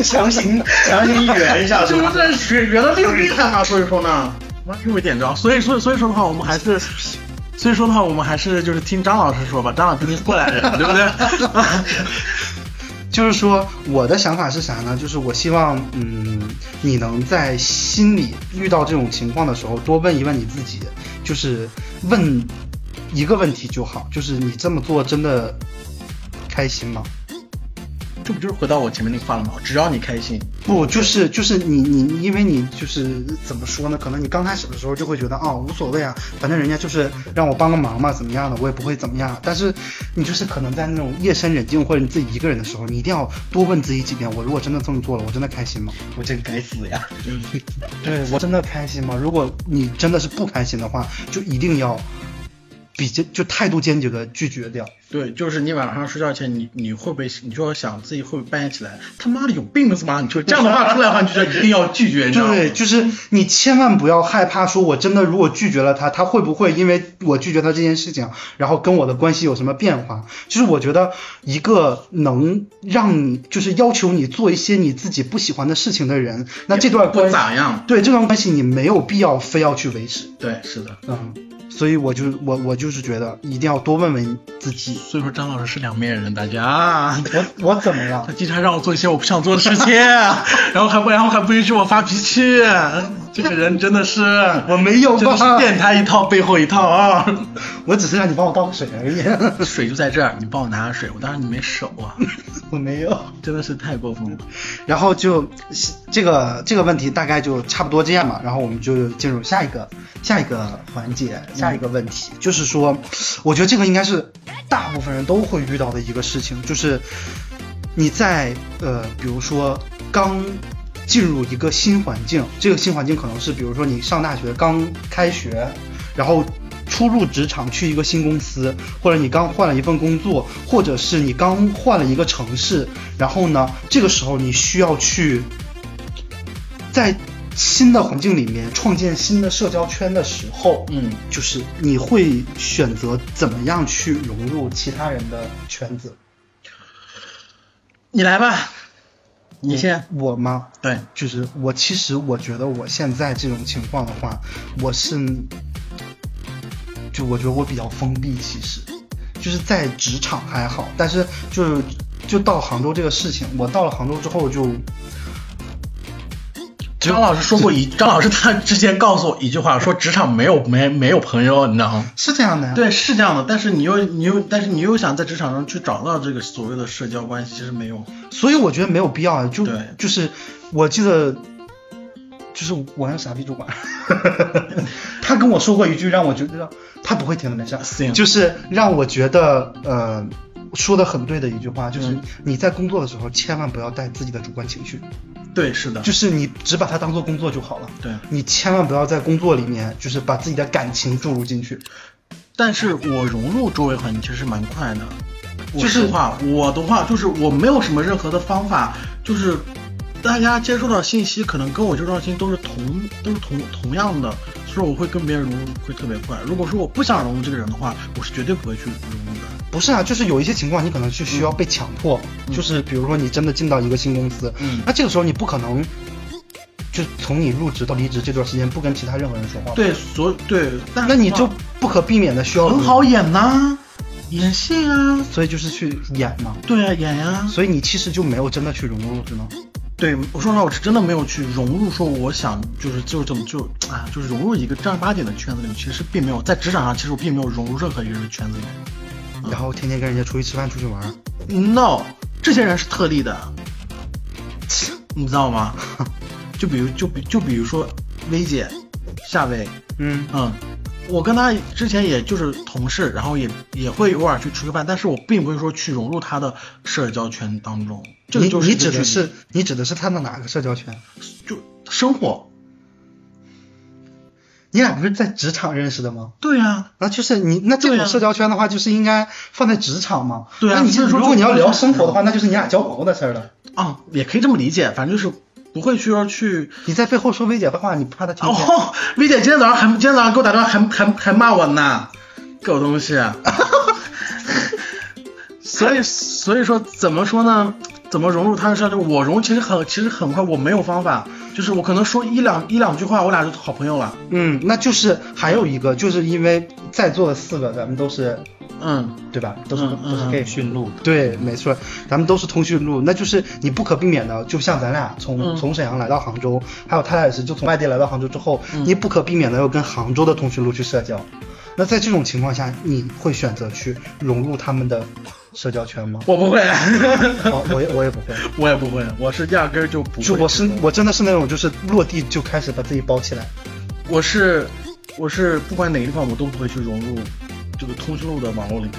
A: 强行强行圆一 下，是
C: 这
A: 吧
C: 不是在学学的另一看法，啊所以说 呢，妈又没点着，所以说所以说的话，我们还是，所以说的话，我们还是就是听张老师说吧，张老师毕竟过来人，对不对？
A: 就是说，我的想法是啥呢？就是我希望，嗯，你能在心里遇到这种情况的时候，多问一问你自己，就是问一个问题就好，就是你这么做真的开心吗？
C: 这不就是回到我前面那个话了吗？只要你开心，
A: 不，就是就是你你，因为你就是怎么说呢？可能你刚开始的时候就会觉得哦无所谓啊，反正人家就是让我帮个忙嘛，怎么样的，我也不会怎么样。但是你就是可能在那种夜深人静或者你自己一个人的时候，你一定要多问自己几遍：我如果真的这么做了，我真的开心吗？
D: 我真该死呀！
A: 对我真的开心吗？如果你真的是不开心的话，就一定要比这就态度坚决的拒绝掉。
C: 对，就是你晚上睡觉前，你你会不会，你就要想自己会不会半夜起来，他妈的有病是吗？你就这样的话出来的话，你就一定要拒绝，你知道吗？
A: 对，就是你千万不要害怕，说我真的如果拒绝了他，他会不会因为我拒绝他这件事情，然后跟我的关系有什么变化？就是我觉得一个能让你就是要求你做一些你自己不喜欢的事情的人，那这段
C: 不
A: 关系
C: 咋样。
A: 对这段关系你没有必要非要去维持。
C: 对，是的。
A: 嗯，所以我就我我就是觉得一定要多问问自己，
C: 所以说张老师是两面人，大家。
A: 我我怎么了
C: 他？啊经常让我做一些我不想做的事情，然后还不然后还不允许我发脾气，这个人真的是，
A: 我没有
C: 真的是
A: 吧？
C: 变态一套背后一套啊！
A: 我只是让你帮我倒个水而已，
C: 水就在这儿，你帮我拿水，我当然你没手啊，
A: 我没有。
C: 真的是太过分了。
A: 然后就这个这个问题大概就差不多这样吧。然后我们就进入下一个下一个环节，下一个问题、就是说，我觉得这个应该是大部分人都会遇到的一个事情，就是你在呃，比如说刚。进入一个新环境，这个新环境可能是，比如说你上大学刚开学，然后初入职场去一个新公司，或者你刚换了一份工作，或者是你刚换了一个城市，然后呢，这个时候你需要去在新的环境里面创建新的社交圈的时候，
C: 嗯，
A: 就是你会选择怎么样去融入其他人的圈子？
C: 你来吧，你先。
A: 我吗？
C: 对，
A: 就是我，其实我觉得我现在这种情况的话，我是，就我觉得我比较封闭，其实就是在职场还好，但是就是就到杭州这个事情，我到了杭州之后就
C: 张老师说过一，张老师他之前告诉我一句话，说职场没有没没有朋友，你知道吗？
A: 是这样的呀，
C: 对，是这样的，但是你又你又但是你又想在职场上去找到这个所谓的社交关系，其实没有。
A: 所以我觉得没有必要啊，就
C: 对
A: 就是我记得，就是我那傻逼主管， 他跟我说过一句让我觉得他不会听的，没事儿
C: 行，
A: 就是让我觉得呃说的很对的一句话，就是
C: 嗯
A: 你在工作的时候千万不要带自己的主观情绪，
C: 对，是的，
A: 就是你只把它当做工作就好了。
C: 对。
A: 你千万不要在工作里面，就是把自己的感情注入进去。
C: 但是我融入周围环境其实蛮快的。我
A: 就是
C: 实话，我的话就是我没有什么任何的方法，就是大家接触到信息可能跟我接触到信息都是同都是同同样的，所以我会跟别人融入会特别快。如果说我不想融入这个人的话，我是绝对不会去融入的。
A: 不是啊，就是有一些情况你可能是需要被强迫，就是比如说你真的进到一个新公司，
C: 嗯
A: 那这个时候你不可能，就从你入职到离职这段时间不跟其他任何人说话，，
C: 对，所对，但
A: 那你就是不可避免的需要
C: 很好，演呐、演戏啊，
A: 所以就是去演嘛，
C: 对啊，演呀、
A: 所以你其实就没有真的去融入，知道吗？
C: 对，我说实话，我是真的没有去融入，说我想就是就是怎么就啊，就是融入一个正儿八经的圈子里，其实并没有在职场上，其实我并没有融入任何一个人的圈子里。嗯
A: 然后天天跟人家出去吃饭出去玩儿，
C: No，这些人是特例的，你知道吗？ 就比如就比就比如说薇姐、夏薇，
A: 嗯，
C: 嗯，我跟她之前也就是同事，然后也也会偶尔去吃个饭，但是我并不是说去融入她的社交圈当中。这个
A: 你
C: 就是
A: 你
C: 一个
A: 指的
C: 距离
A: 是你指的是他的哪个社交圈？
C: 就生活？
A: 你俩不是在职场认识的吗？
C: 对呀、
A: 啊，就是你那这
C: 对
A: 种
C: 啊
A: 社交圈的话，就是应该放在职场嘛。
C: 对啊
A: 那你
C: 所以说
A: 如果你要
C: 这个
A: 聊生活的话，那就是你俩交朋友的事儿了。
C: 啊，也可以这么理解，反正就是不会去说去。
A: 你在背后说薇姐坏话，你不怕她听见？
C: 哦， 薇姐今天早上还今天早上给我打电话还还还骂我呢，狗东西。啊 所以所以说怎么说呢？怎么融入他的社交？我融入其实很其实很快，我没有方法，就是我可能说一两一两句话，我俩就好朋友了。
A: 嗯，那就是还有一个，就是因为在座的四个，咱们都是
C: 嗯，
A: 对吧？都是、
C: 嗯嗯
A: 都是 gay
B: 驯鹿的
A: 对，没错，咱们都是通讯录，那就是你不可避免的，就像咱俩从、
C: 嗯
A: 从沈阳来到杭州，还有他俩也是就从外地来到杭州之后，
C: 嗯
A: 你不可避免的要跟杭州的通讯录去社交。那在这种情况下，你会选择去融入他们的社交圈 吗？
C: 我 不会，
A: 哦、我也我也不会，
C: 我也不会，我是压根儿就不会。
A: 就我是我真的是那种就是落地就开始把自己包起来。
C: 我是我是不管哪个地方我都不会去融入这个通讯录的网络里面。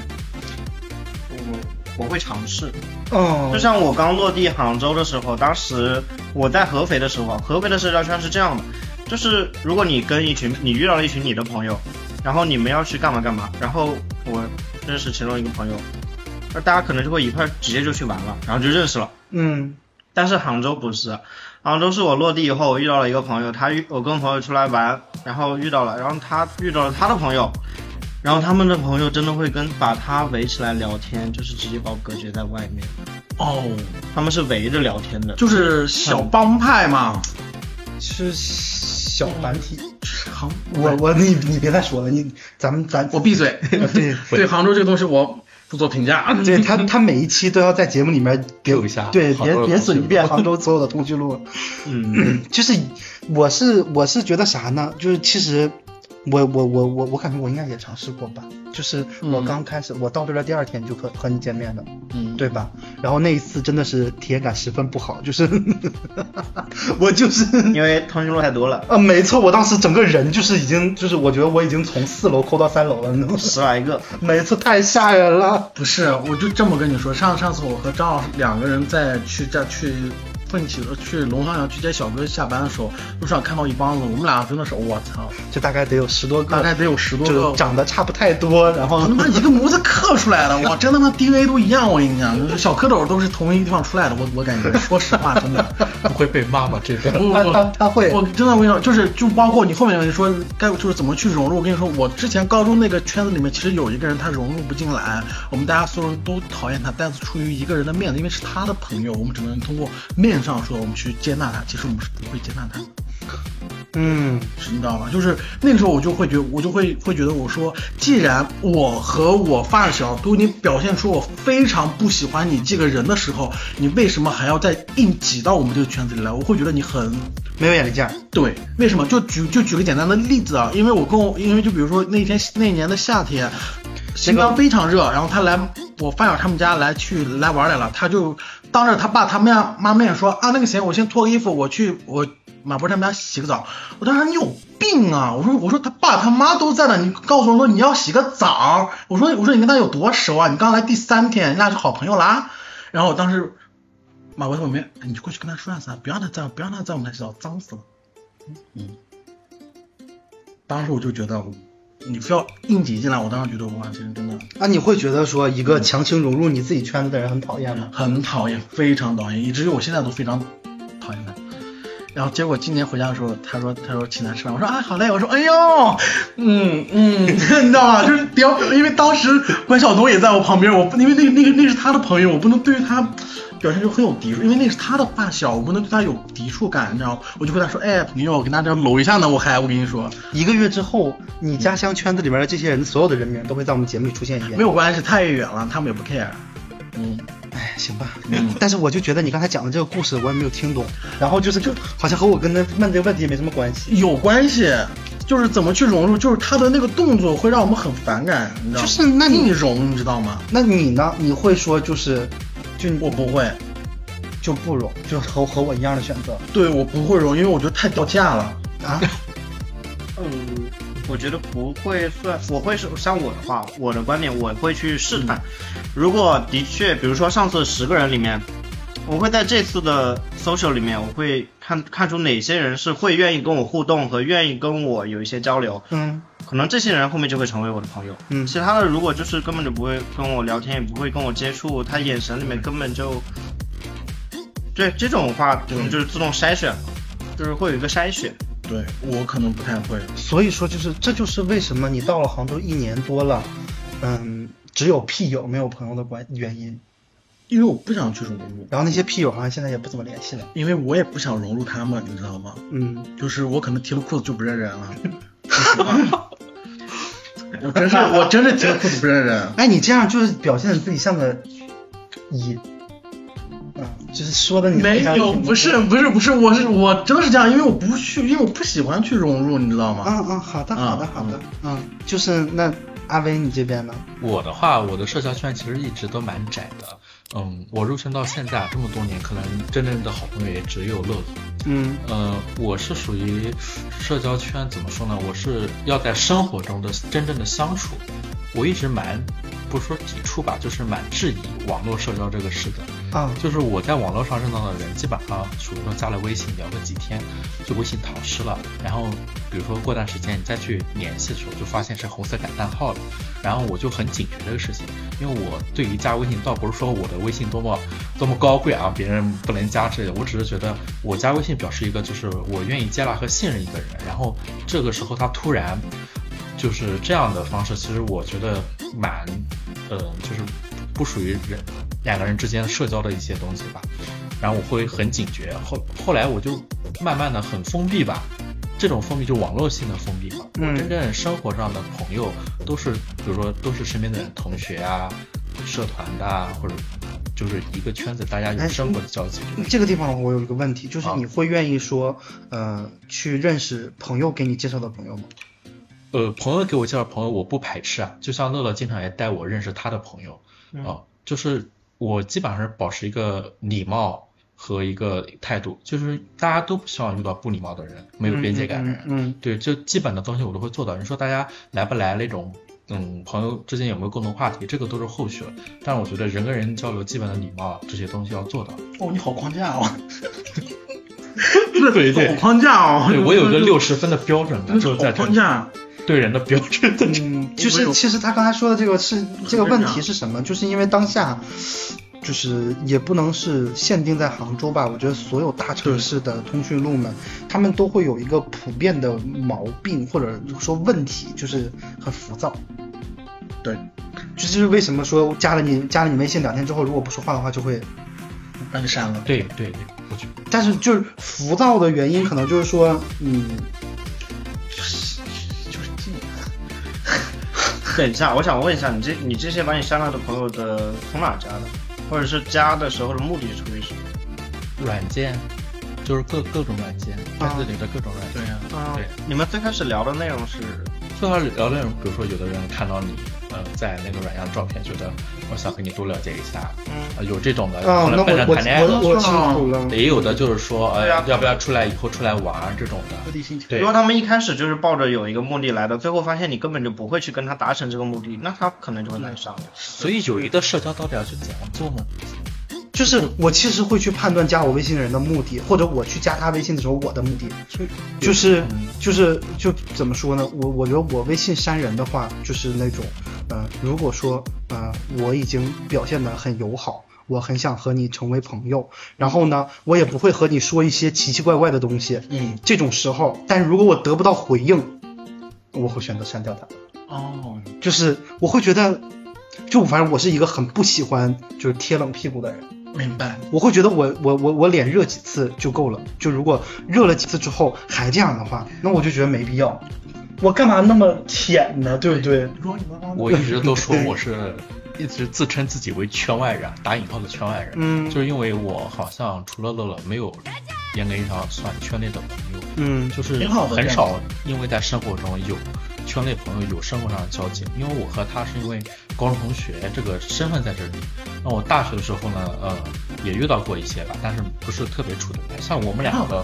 D: 我我会尝试，
C: 嗯
A: 哦，
D: 就像我刚落地杭州的时候，当时我在合肥的时候，合肥的社交圈是这样的，就是如果你跟一群你遇到了一群你的朋友，然后你们要去干嘛干嘛，然后我认识其中一个朋友，那大家可能就会一块儿直接就去玩了，然后就认识了。
A: 嗯
D: 但是杭州不是，杭州是我落地以后，我遇到了一个朋友，他遇我跟朋友出来玩，然后遇到了，然后他遇到了他的朋友，然后他们的朋友真的会跟把他围起来聊天，就是直接把我隔绝在外面，
C: 哦，
D: 他们是围着聊天的，
C: 就是小帮派嘛。
A: 是小繁体。
C: 杭，
A: 我我你你别再说了，你咱们咱
C: 嗯我闭嘴。
A: 对
C: 对杭州这个东西我不做评价。
A: 对他他每一期都要在节目里面给
B: 救一下
A: 对
B: 杭州
A: 别
B: 的
A: 别
B: 通讯
A: 损一
B: 录
A: 遍杭州所有的通讯录。
D: 嗯，
A: 就是我是我是觉得啥呢？就是其实我我我我我感觉我应该也尝试过吧。就是我
C: 嗯
A: 刚开始、我到这儿的第二天就和和你见面的，
C: 嗯，
A: 对吧？然后那一次真的是体验感十分不好，就是 我就是
D: 因为通讯录太多了，
A: 呃，没错，我当时整个人就是已经就是我觉得我已经从四楼抠到三楼了，你知道吗？
D: 十来个，
A: 每次太吓人了。
C: 不是，我就这么跟你说，上上次我和张老师两个人在去这去奋起的去龙山阳去接小哥下班的时候，路上看到一帮子，我们俩真的是我操，
A: 就大概得有十多个，
C: 大概得有十多
A: 就
C: 个，
A: 长得差不太多，然后
C: 我他妈一个模子刻出来的，我 真他妈 DNA 都一样，我跟你讲，就是小蝌蚪都是同一个地方出来的，我我感觉，说实话，真的，
B: 不会被骂吧？这边
C: 不
A: 他
C: 不
A: 他他会
C: 嗯我真的我跟你说，就是就包括你后面说该就是怎么去融入，我跟你说，我之前高中那个圈子里面，其实有一个人他融入不进来，我们大家所有人都讨厌他，但是出于一个人的面子，因为是他的朋友，我们只能通过面上说我们去接纳他，其实我们是不会接纳他的。
A: 嗯，
C: 是你知道吗？就是那个时候，我就会觉，我就会会觉得，我说，既然我和我发小都已经表现出我非常不喜欢你这个人的时候，你为什么还要再硬挤到我们这个圈子里来？我会觉得你很
A: 没有眼力见儿。
C: 对，为什么？就举就举个简单的例子啊，因为我跟我，因为就比如说那天那年的夏天，新疆非常热，然后他来我发小他们家来去来玩来了，他就当着他爸他面妈面说啊，那个谁，我先脱个衣服，我去我马博他们家洗个澡。我当时你有病啊！我说我说他爸他妈都在呢，你告诉我说你要洗个澡，我说我说你跟他有多熟啊？你刚来第三天，人家是好朋友啦。然后我当时马博在旁边，你就过去跟他说点啥，不让他在不让他在我们家洗澡，脏死了。当时我就觉得，你非要硬挤进来，我当时觉得哇，这人真的
A: 那、你会觉得说一个强行融入你自己圈子的人很讨厌吗？
C: 很讨厌，非常讨厌，以至于我现在都非常讨厌他。然后结果今年回家的时候，他说他说请他吃饭，我说啊好嘞，我说哎呦，嗯嗯， 你知道吧？就是比较，因为当时关晓彤也在我旁边，我不因为那个那个那是他的朋友，我不能对于他表现出很有抵触，因为那是他的发小，我不能对他有抵触感，你知道吗？我就跟他说，哎朋友，我跟大家搂一下呢，我还我跟你说，
A: 一个月之后，你家乡圈子里面的这些人，所有的人名都会在我们节目里出现一遍
C: 没。有关系，太远了，他们也不 care。嗯，
A: 哎，行吧。
C: 嗯
A: 但是我就觉得你刚才讲的这个故事，我也没有听懂，然后就是就好像和我跟他问这个问题也没什么关系。
C: 有关系，就是怎么去融入，就是他的那个动作会让我们很反感，你知道吗？
A: 就是那你
C: 硬融，你知道吗？
A: 那你呢？你会说就是，就
C: 我不会，
A: 就不融，就和和我一样的选择
C: 对我不会融，因为我觉得太掉价了。
A: 啊？
D: 嗯，我觉得不会算，我会是像我的话，我的观点我会去试探。如果的确，比如说上次十个人里面，我会在这次的 social 里面，我会看看出哪些人是会愿意跟我互动和愿意跟我有一些交流，
A: 嗯，
D: 可能这些人后面就会成为我的朋友。
A: 嗯
D: 其他的如果就是根本就不会跟我聊天，也不会跟我接触，他眼神里面根本就，对这种话可能就是自动筛选了，就是会有一个筛选。
C: 对我可能不太会，
A: 所以说就是这就是为什么你到了杭州一年多了，嗯，只有屁友没有朋友的关原因。
C: 因为我不想去融入，
A: 然后那些屁友好像现在也不怎么联系了。
C: 因为我也不想融入他们，你知道吗？
A: 嗯，
C: 就是我可能提了裤子就不认人了。 我真是，我真是提了裤子不认人。
A: 哎，你这样就是表现自己像个一，啊，就是说的你
C: 没有，不是，不是，不是，我是我真的是这样，因为我不去，因为我不喜欢去融入，你知道吗？
A: 嗯嗯，好的好的
C: 嗯
A: 好的，嗯，就是那阿威你这边呢？
B: 我的话，我的社交圈其实一直都蛮窄的。嗯，我入圈到现在这么多年，可能真正的好朋友也只有乐乐。
A: 嗯
B: 呃，我是属于社交圈怎么说呢？我是要在生活中的真正的相处，我一直蛮不说抵触吧，就是蛮质疑网络社交这个事的。
A: 啊
B: 就是我在网络上认到的人，基本上属于说加了微信聊个几天，就微信淘失了。然后比如说过段时间你再去联系的时候，就发现是红色感叹号了。然后我就很警觉这个事情，因为我对于加微信倒不是说我的微信多么多么高贵啊，别人不能加之类的，我只是觉得我加微信表示一个就是我愿意接纳和信任一个人。然后这个时候他突然就是这样的方式，其实我觉得蛮，呃，就是不属于人两个人之间社交的一些东西吧。然后我会很警觉，后后来我就慢慢的很封闭吧，这种封闭就网络性的封闭嘛。
A: 嗯
B: 我真正生活上的朋友都是，比如说都是身边的人，同学啊、社团的啊，或者就是一个圈子，大家有生活的交集。
A: 这个地方我有一个问题，就是
B: 啊
A: 你会愿意说，呃，去认识朋友给你介绍的朋友吗？
B: 呃，朋友给我介绍朋友，我不排斥啊。就像乐乐经常也带我认识他的朋友，啊、
A: 嗯
B: 就是我基本上是保持一个礼貌和一个态度，就是大家都不希望遇到不礼貌的人，没有边界感的人。
A: 嗯，
B: 对，这基本的东西我都会做到。你说大家来不来那种嗯朋友之间有没有共同话题，这个都是后续了。但是我觉得人跟人交流基本的礼貌这些东西要做到。
C: 哦，你好框架哦，
B: 对对
C: 好框架哦。
B: 对我有个六十分的标准的，就是在
A: 哦
B: 这
C: 好框架，
B: 对人的标准的这个。
A: 嗯，就是其实他刚才说的这个是这个问题是什么？就是因为当下，就是也不能是限定在杭州吧。我觉得所有大城市的通讯录们，他们都会有一个普遍的毛病或者说问题，就是很浮躁。
C: 对，
A: 这就是为什么说加了你加了你微信两天之后，如果不说话的话就会
C: 把你删了。
B: 对对对，我觉得
A: 但是就是浮躁的原因，可能就是说，嗯，
D: 等一下，我想问一下，你这你这些把你删了的朋友的从哪加的，或者是加的时候的目的是出于什么？
B: 软件就是各各种软件，
A: 啊
B: 圈子里的各种软件
C: 对。呀、
D: 啊
B: 对
D: 你们最开始聊的内容是，
B: 最好聊那种，比如说有的人看到你，呃，在那个软件上照片，觉得我想和你多了解一下，
D: 嗯，
B: 呃有这种的，
A: 啊，
B: 可
A: 那
B: 能奔着
A: 我我
B: 谈恋爱
A: 我
B: 的，
A: 我清楚了。
B: 也有的就是说，呃，
D: 对啊
B: 要不要出来以后出来玩儿这种的，
C: 立心
B: 对
D: 如，果他们一开始就是抱着有一个目的来的，最后发现你根本就不会去跟他达成这个目的，那他可能就会来删了。
B: 所以友谊的社交到底要去怎样做呢？
A: 就是我其实会去判断加我微信的人的目的，或者我去加他微信的时候我的目的，就是就是就怎么说呢？我我觉得我微信删人的话，就是那种，呃，如果说呃我已经表现得很友好。我很想和你成为朋友，然后呢，我也不会和你说一些奇奇怪怪的东西。
C: 嗯，
A: 这种时候，但如果我得不到回应，我会选择删掉他。
C: 哦，
A: 就是我会觉得，就反正我是一个很不喜欢就是贴冷屁股的人。
C: 明白。
A: 我会觉得我我我我脸热几次就够了，就如果热了几次之后还这样的话，那我就觉得没必要，我干嘛那么舔呢？对不对？
C: 如果你们刚
B: 我一直都说我是，一直自称自己为圈外人，打引号的圈外人，
A: 嗯
B: 就是因为我好像除了乐乐，没有严格意义上算圈内的朋友，
A: 嗯
B: 就是
C: 挺好的
B: 很
C: 这样
B: 少，因为在生活中有圈内朋友有生活上的交集，因为我和他是因为高中同学这个身份在这里。那我大学的时候呢，呃，也遇到过一些吧，但是不是特别处得来。像我们两个，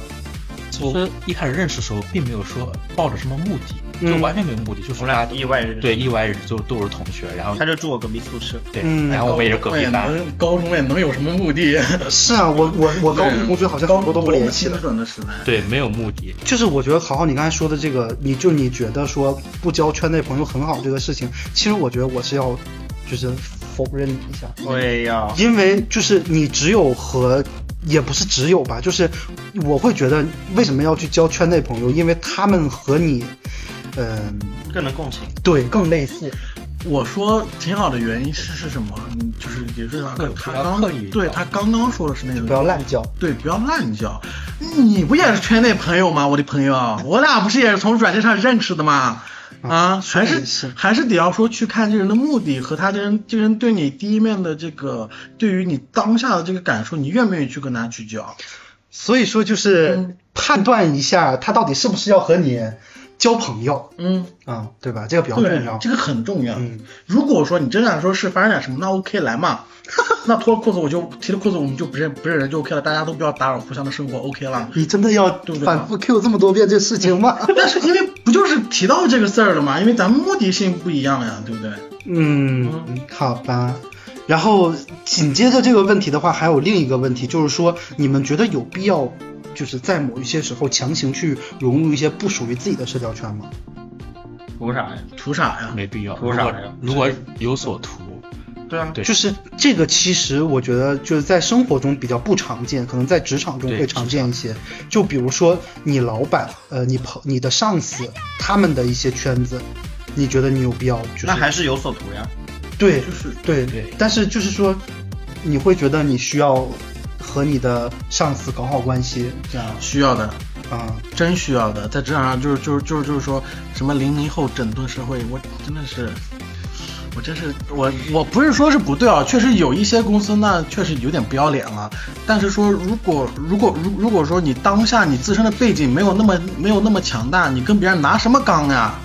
B: 其实一开始认识的时候，并没有说抱着什么目的，就
A: 嗯
B: 完全没有目的，就是
D: 我
B: 大
D: 俩
B: 家都
D: 意外认识，
B: 对，意外认识就都是同学，然后
D: 他就住我隔壁宿舍，
B: 对，
A: 嗯
B: 然后我们也是隔壁班，
C: 能高中也能有什么目的？
A: 是啊，我我我高中同学好像很多都不联系
C: 了。
A: 了。
C: 准的时代，
B: 对，没有目的，
A: 就是我觉得好好，你刚才说的这个，你就你觉得说不交圈内朋友很好这个事情，其实我觉得我是要就是否认你一下，
D: 对呀、
A: 因为就是你只有和，也不是只有吧，就是我会觉得为什么要去交圈内朋友，因为他们和你，嗯、
D: 更能共情。
A: 对，更类似。
C: 我说挺好的原因是是什么？嗯，就是也是他
B: 刻意
C: 他
B: 不要
C: 刚
B: 刻意
C: 对他刚刚说的是那个
A: 不要滥交，
C: 对，不要滥交。你不也是圈内朋友吗？我的朋友，我俩不是也是从软件上认识的吗？啊，还
A: 也哎是
C: 是还是得要说去看这人的目的和他这人这人对你第一面的这个对于你当下的这个感受，你愿不愿意去跟他去交？
A: 所以说就是
C: 嗯
A: 判断一下他到底是不是要和你交朋友
C: 嗯，
A: 啊、对吧？这个比较重
C: 对
A: 要，。
C: 这个很重要。
A: 嗯
C: 如果说你真想说是发生点什么，那 OK 来嘛。 那脱了裤子我就提了裤子，我们就不认不认人就 OK 了，大家都不要打扰互相的生活，OK 了。
A: 你真的要
C: 对不对
A: 反复 Q 这么多遍这事情吗？
C: 但是因为不就是提到这个事儿了嘛，因为咱们目的性不一样呀，对不对？
A: 嗯，好吧。然后紧接着这个问题的话，还有另一个问题，就是说你们觉得有必要，就是在某一些时候强行去融入一些不属于自己的社交圈吗？
D: 图啥呀？
C: 图啥呀？
B: 没必要。
D: 图
B: 如
D: 啥
B: 果
D: 呀
B: 如果有所图，
D: 对啊，
B: 对
A: 就是这个，其实我觉得就是在生活中比较不常见，可能在职场中
B: 对
A: 会常见一些。就比如说你老板，呃，你朋你的上司他们的一些圈子，你觉得你有必要就是
D: 那还是有所图呀。
A: 对
C: 就是
A: 对
B: 对
A: 但是就是说，你会觉得你需要和你的上司搞好关系
C: 这样需要的，
A: 啊、
C: 真需要的，在职场上就是就是就是就是说什么零零后整顿社会，我真的是。我真是我我不是说是不对啊，确实有一些公司那确实有点不要脸了。但是说如果如果如如果说你当下你自身的背景没有那么没有那么强大，你跟别人拿什么刚呀，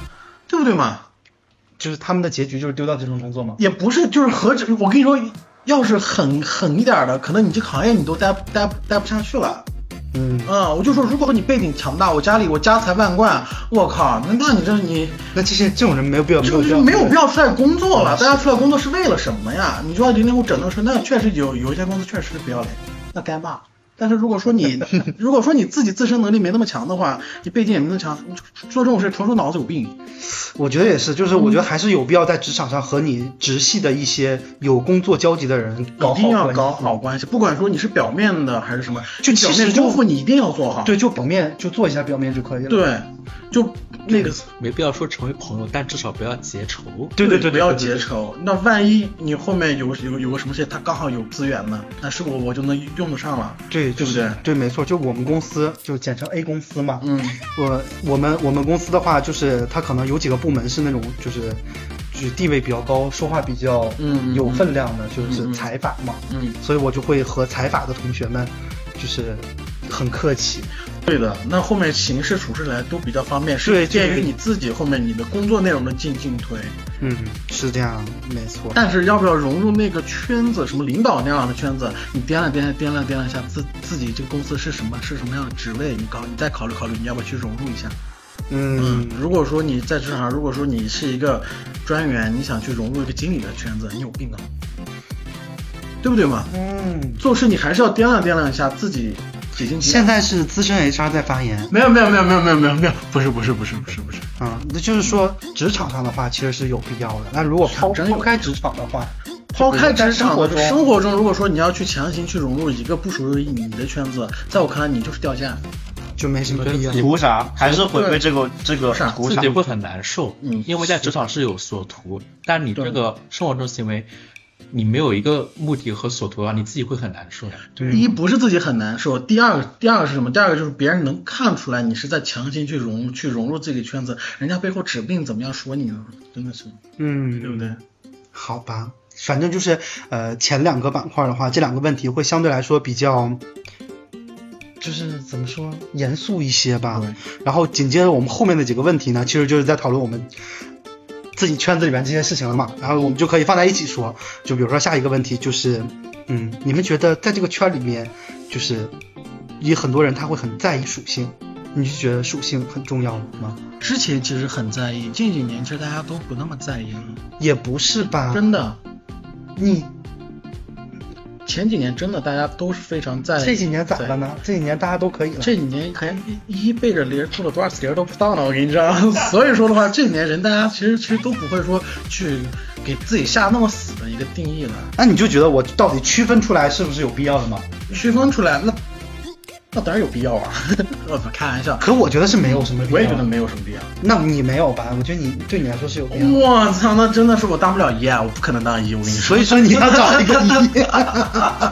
C: 对不对嘛？
A: 就是他们的结局就是丢掉这份工作吗？
C: 也不是，就是何止我跟你说，要是狠狠一点的，可能你这行业你都待待待不下去了。
A: 嗯
C: 啊、我就说，如果你背景强大，我家里我家财万贯，我靠，那那你这你
A: 那这些这种人没有必要，
C: 就
A: 必
C: 是
A: 要
C: 没有必要出来工作了。大家出来工作是为了什么呀？你说零零后整的是，那确实有有一些公司确实是不要脸，那该骂。但是如果 说你如果说你自己自身能力没那么强的话，你背景也没那么强，你做这种事纯属脑子有病。
A: 我觉得也是，就是我觉得还是有必要在职场上和你直系的一些有工作交集的人搞
C: 一
A: 好
C: 定要
A: 关系。
C: 搞好关系，不管说你是表面的还是什么，
A: 就
C: 表
A: 其实
C: 面
A: 就
C: 功夫你一定要做好。
A: 对，就表面就做一下表面就可以了。
C: 对，就那个。
B: 没必要说成为朋友，但至少不要结仇。
A: 对对对，
C: 不要
A: 对
C: 结。仇。那万一你后面有有有个什么事，他刚好有资源呢，那是我我就能用得上了。
A: 对，
C: 对不
A: 就是对，
C: 对
A: 没错，就我们公司，就简称 A 公司嘛。
C: 嗯，
A: 我我们我们公司的话，就是它可能有几个部门是那种就是就是地位比较高、说话比较
C: 嗯嗯
A: 有
C: 嗯
A: 分量的，就
C: 嗯
A: 是
C: 嗯
A: 财阀嘛。
C: 嗯，
A: 所以我就会和财阀的同学们就是很客气。
C: 对的。那后面形式处事来都比较方便，
A: 对
C: 是
A: 这个
C: 便于你自己后面你的工作内容的进进推。
A: 嗯，是这样，没错。
C: 但是要不要融入那个圈子，什么领导那样的圈子，你掂量掂量掂量掂量一下自自己这个公司是什么是什么样的职位，你考你再考虑考虑你要不要去融入一下。
A: 嗯，
C: 如果说你在职场上，如果说你是一个专员，你想去融入一个经理的圈子，你有病啊，对不对嘛？
A: 嗯，
C: 做事你还是要掂量掂量一下自己几斤几
A: 现
C: 两。
A: 在是资深 HR 在发言
C: 没有没有没有没有没有没有没有，不是不是不是不是不是，
A: 啊，那就是说职场上的话其实是有必要的。那如果抛
C: 真有
A: 抛开职场的话，
C: 抛开职场
A: 就
C: 的
A: 比如在
C: 生
A: 生活中，
C: 活中，如果说你要去强行去融入一个不属于你的圈子，在我看来你就是掉价。
A: 就没什么必要。
D: 图啥？还是回归这个这个
C: 图啥
D: 图
B: 自
D: 啥
B: 己？会很难受，
C: 嗯
B: 因为在职场是有所图，但你
C: 对
B: 这个生活中行为，你没有一个目的和所图啊，你自己会很难受呀。
C: 第一不是自己很难受，第二第二个是什么？第二个就是别人能看出来你是在强行去融入去融入这个圈子，人家背后指不定怎么样说你呢，真的是，
A: 嗯，
C: 对不对？
A: 好吧，反正就是呃，前两个板块的话，这两个问题会相对来说比较，就是怎么说严肃一些
C: 啊
A: 吧。
C: 嗯
A: 然后紧接着我们后面的几个问题呢，其实就是在讨论我们自己圈子里面这些事情了嘛。然后我们就可以放在一起说，就比如说下一个问题就是，嗯，你们觉得在这个圈里面，就是有很多人他会很在意属性，你是觉得属性很重要吗？
C: 之前其实很在意，近几年其实大家都不那么在意了，
A: 也不是吧，
C: 真的。
A: 你
C: 前几年真的大家都是非常在意。
A: 这几年咋了
C: 在意？
A: 呢？这几年大家都可以了。
C: 这几年可能一一背着零做了多少次零都不知道呢，我跟你 讲。所以说的话，这几年人大家其实其实都不会说去给自己下那么死的一个定义了，
A: 那你就觉得我到底区分出来是不是有必要的吗？
C: 区分出来那那当然有必要啊。 我操，开玩笑，
A: 可我觉得是没有什么必要。
C: 我也觉得。没有什么必要。
A: 那你没有吧？我觉得你对你来说是有必要的。
C: 我操，那真的是我当不了一啊，我不可能当一，我跟你说
A: 所。以说你要找一个一，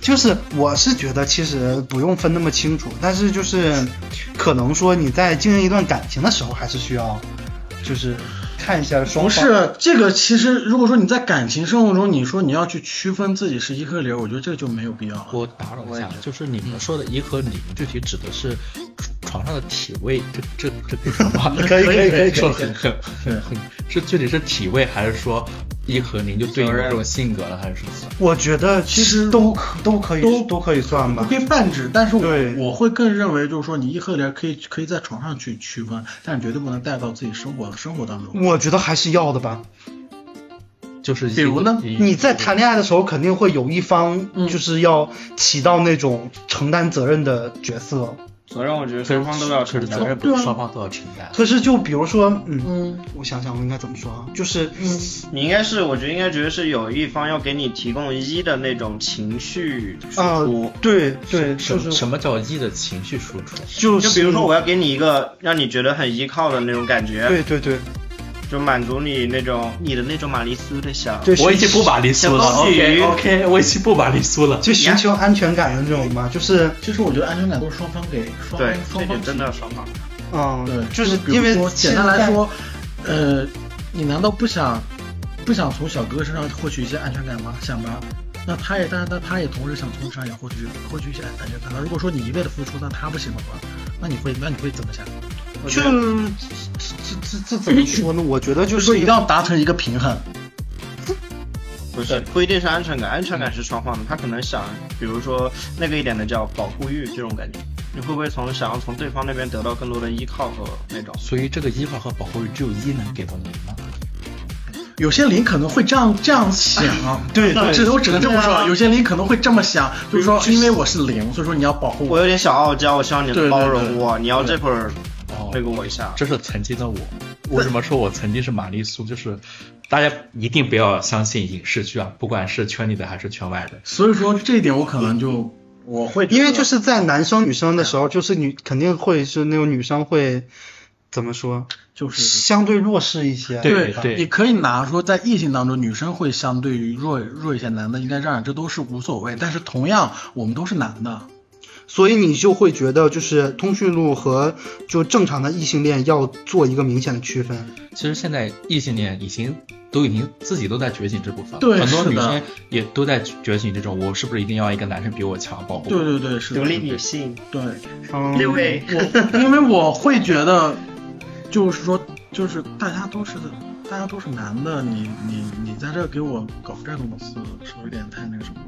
A: 就是我是觉得其实不用分那么清楚，但是就是可能说你在经营一段感情的时候，还是需要就是看一下双
C: 不
A: 方。
C: 是这个，其实如果说你在感情生活中，你说你要去区分自己是一和零，我觉得这个就没有必要了。
B: 我打扰
C: 我
B: 一
C: 也
B: 下
C: 觉得，
B: 就是你
A: 嗯
B: 们说的一和零，具体指的是床上的体位，这这这个什么？
A: 可以可以可以
B: 说很很很很，是具体是体位，还是说一和零就对应某种性格了，还是什么？
A: 我觉得其
C: 实
A: 都可都可以
C: 都
A: 都可以算
C: 不
A: 吧
C: 可。以泛指，但是
A: 对
C: 我我会更认为就是说，你一和零可以可以在床上去区分，但是绝对不能带到自己生活生活当
D: 嗯
C: 中。
A: 我觉得还是要的吧。
B: 就是
C: 比如呢
B: 一
A: 你在谈恋爱的时候，肯定会有一方
C: 嗯
A: 就是要起到那种承担责任的角色。
D: 责任我觉得
B: 可是
D: 双方都要承
B: 可是责
D: 担。
B: 任
A: 啊
B: 不是双方都要承担。
A: 可是就比如说，嗯，
C: 嗯
A: 我想想我应该怎么说啊？就是
C: 嗯，
D: 你应该是，我觉得应该觉得是有一方要给你提供一的那种情绪输
A: 啊
D: 出。，
A: 对对，
B: 什
A: 就是
B: 什么叫一的情绪输出？
A: 就
D: 就是比如说，我要给你一个让你觉得很依靠的那种感觉，
A: 对对对
D: 就满足你那种你的那种玛丽苏的想，
A: 对，
B: 我已
A: 寻
B: 经不玛丽苏了
D: 小高级
B: ，OK OK，我已经不玛丽苏了。
A: 就寻求安全感的那种嘛，就是
C: 其实我觉得安全感都是双方给双
D: 对
C: 方，
D: 这
C: 双
D: 就
C: 方
D: 真的双方。
A: 嗯
C: 提对，，
A: 就是
C: 比如
A: 因为
C: 说简单
A: 现
C: 来
A: 在，
C: 说，呃，你难道不想不想从小哥身上获取一些安全感吗？想吧。那他也，但是但他也同时想从你身上也获取获取一些安全感。那如果说你一味的付出，那他不行的话，那你会那你会怎么想？
D: 我
A: 就
D: 觉得
A: 这这这这怎么说呢？我觉得就
C: 就是说
A: 是
C: 一定要达成一个平衡。
D: 不是不一定是安全感，安全感是双方的，他可能想，比如说那个一点的叫保护欲这种感觉，你会不会从想要从对方那边得到更多的依靠和那种？
B: 所以这个依靠和保护欲只有一能给到你吗？
C: 有些零可能会这样这样想，
A: 对
C: 我
A: 对
C: 只我只能这么
D: 对啊
C: 说，有些零可能会这么想，就是说因为我是零，所以说你要保护
D: 我
C: 我。
D: 有点小傲娇，我希望你
C: 对对
D: 能包容
C: 对
D: 我，你要
C: 对
D: 这会儿
B: 哦，
D: 那个我一下。
B: 这是曾经的我。为什么说我曾经是玛丽苏？就是大家一定不要相信影视剧啊，不管是圈里的还是圈外的。
C: 所以说这一点我可能就我会觉得，
A: 因为就是在男生女生的时候，就是女肯定会是那种女生会怎么说，
C: 就是
A: 相对弱势一些。
B: 对
C: 你可以拿说，在异性当中，女生会相对于弱弱一些，男的应该让人，这都是无所谓。但是同样，我们都是男的，
A: 所以你就会觉得，就是通讯录和就正常的异性恋要做一个明显的区分。
B: 其实现在异性恋已经都已经自己都在觉醒这部分了，
C: 对
B: 很多
C: 是的
B: 女生也都在觉醒这种，我是不是一定要一个男生比我强保护？
C: 对对对，是的
D: 独立女性，
C: 对，
A: 嗯，
D: 六位，
C: 我因为我会觉得，就是说，就是大家都是大家都是男的，你你你在这给我搞这个东西，是不是有点太那个什么？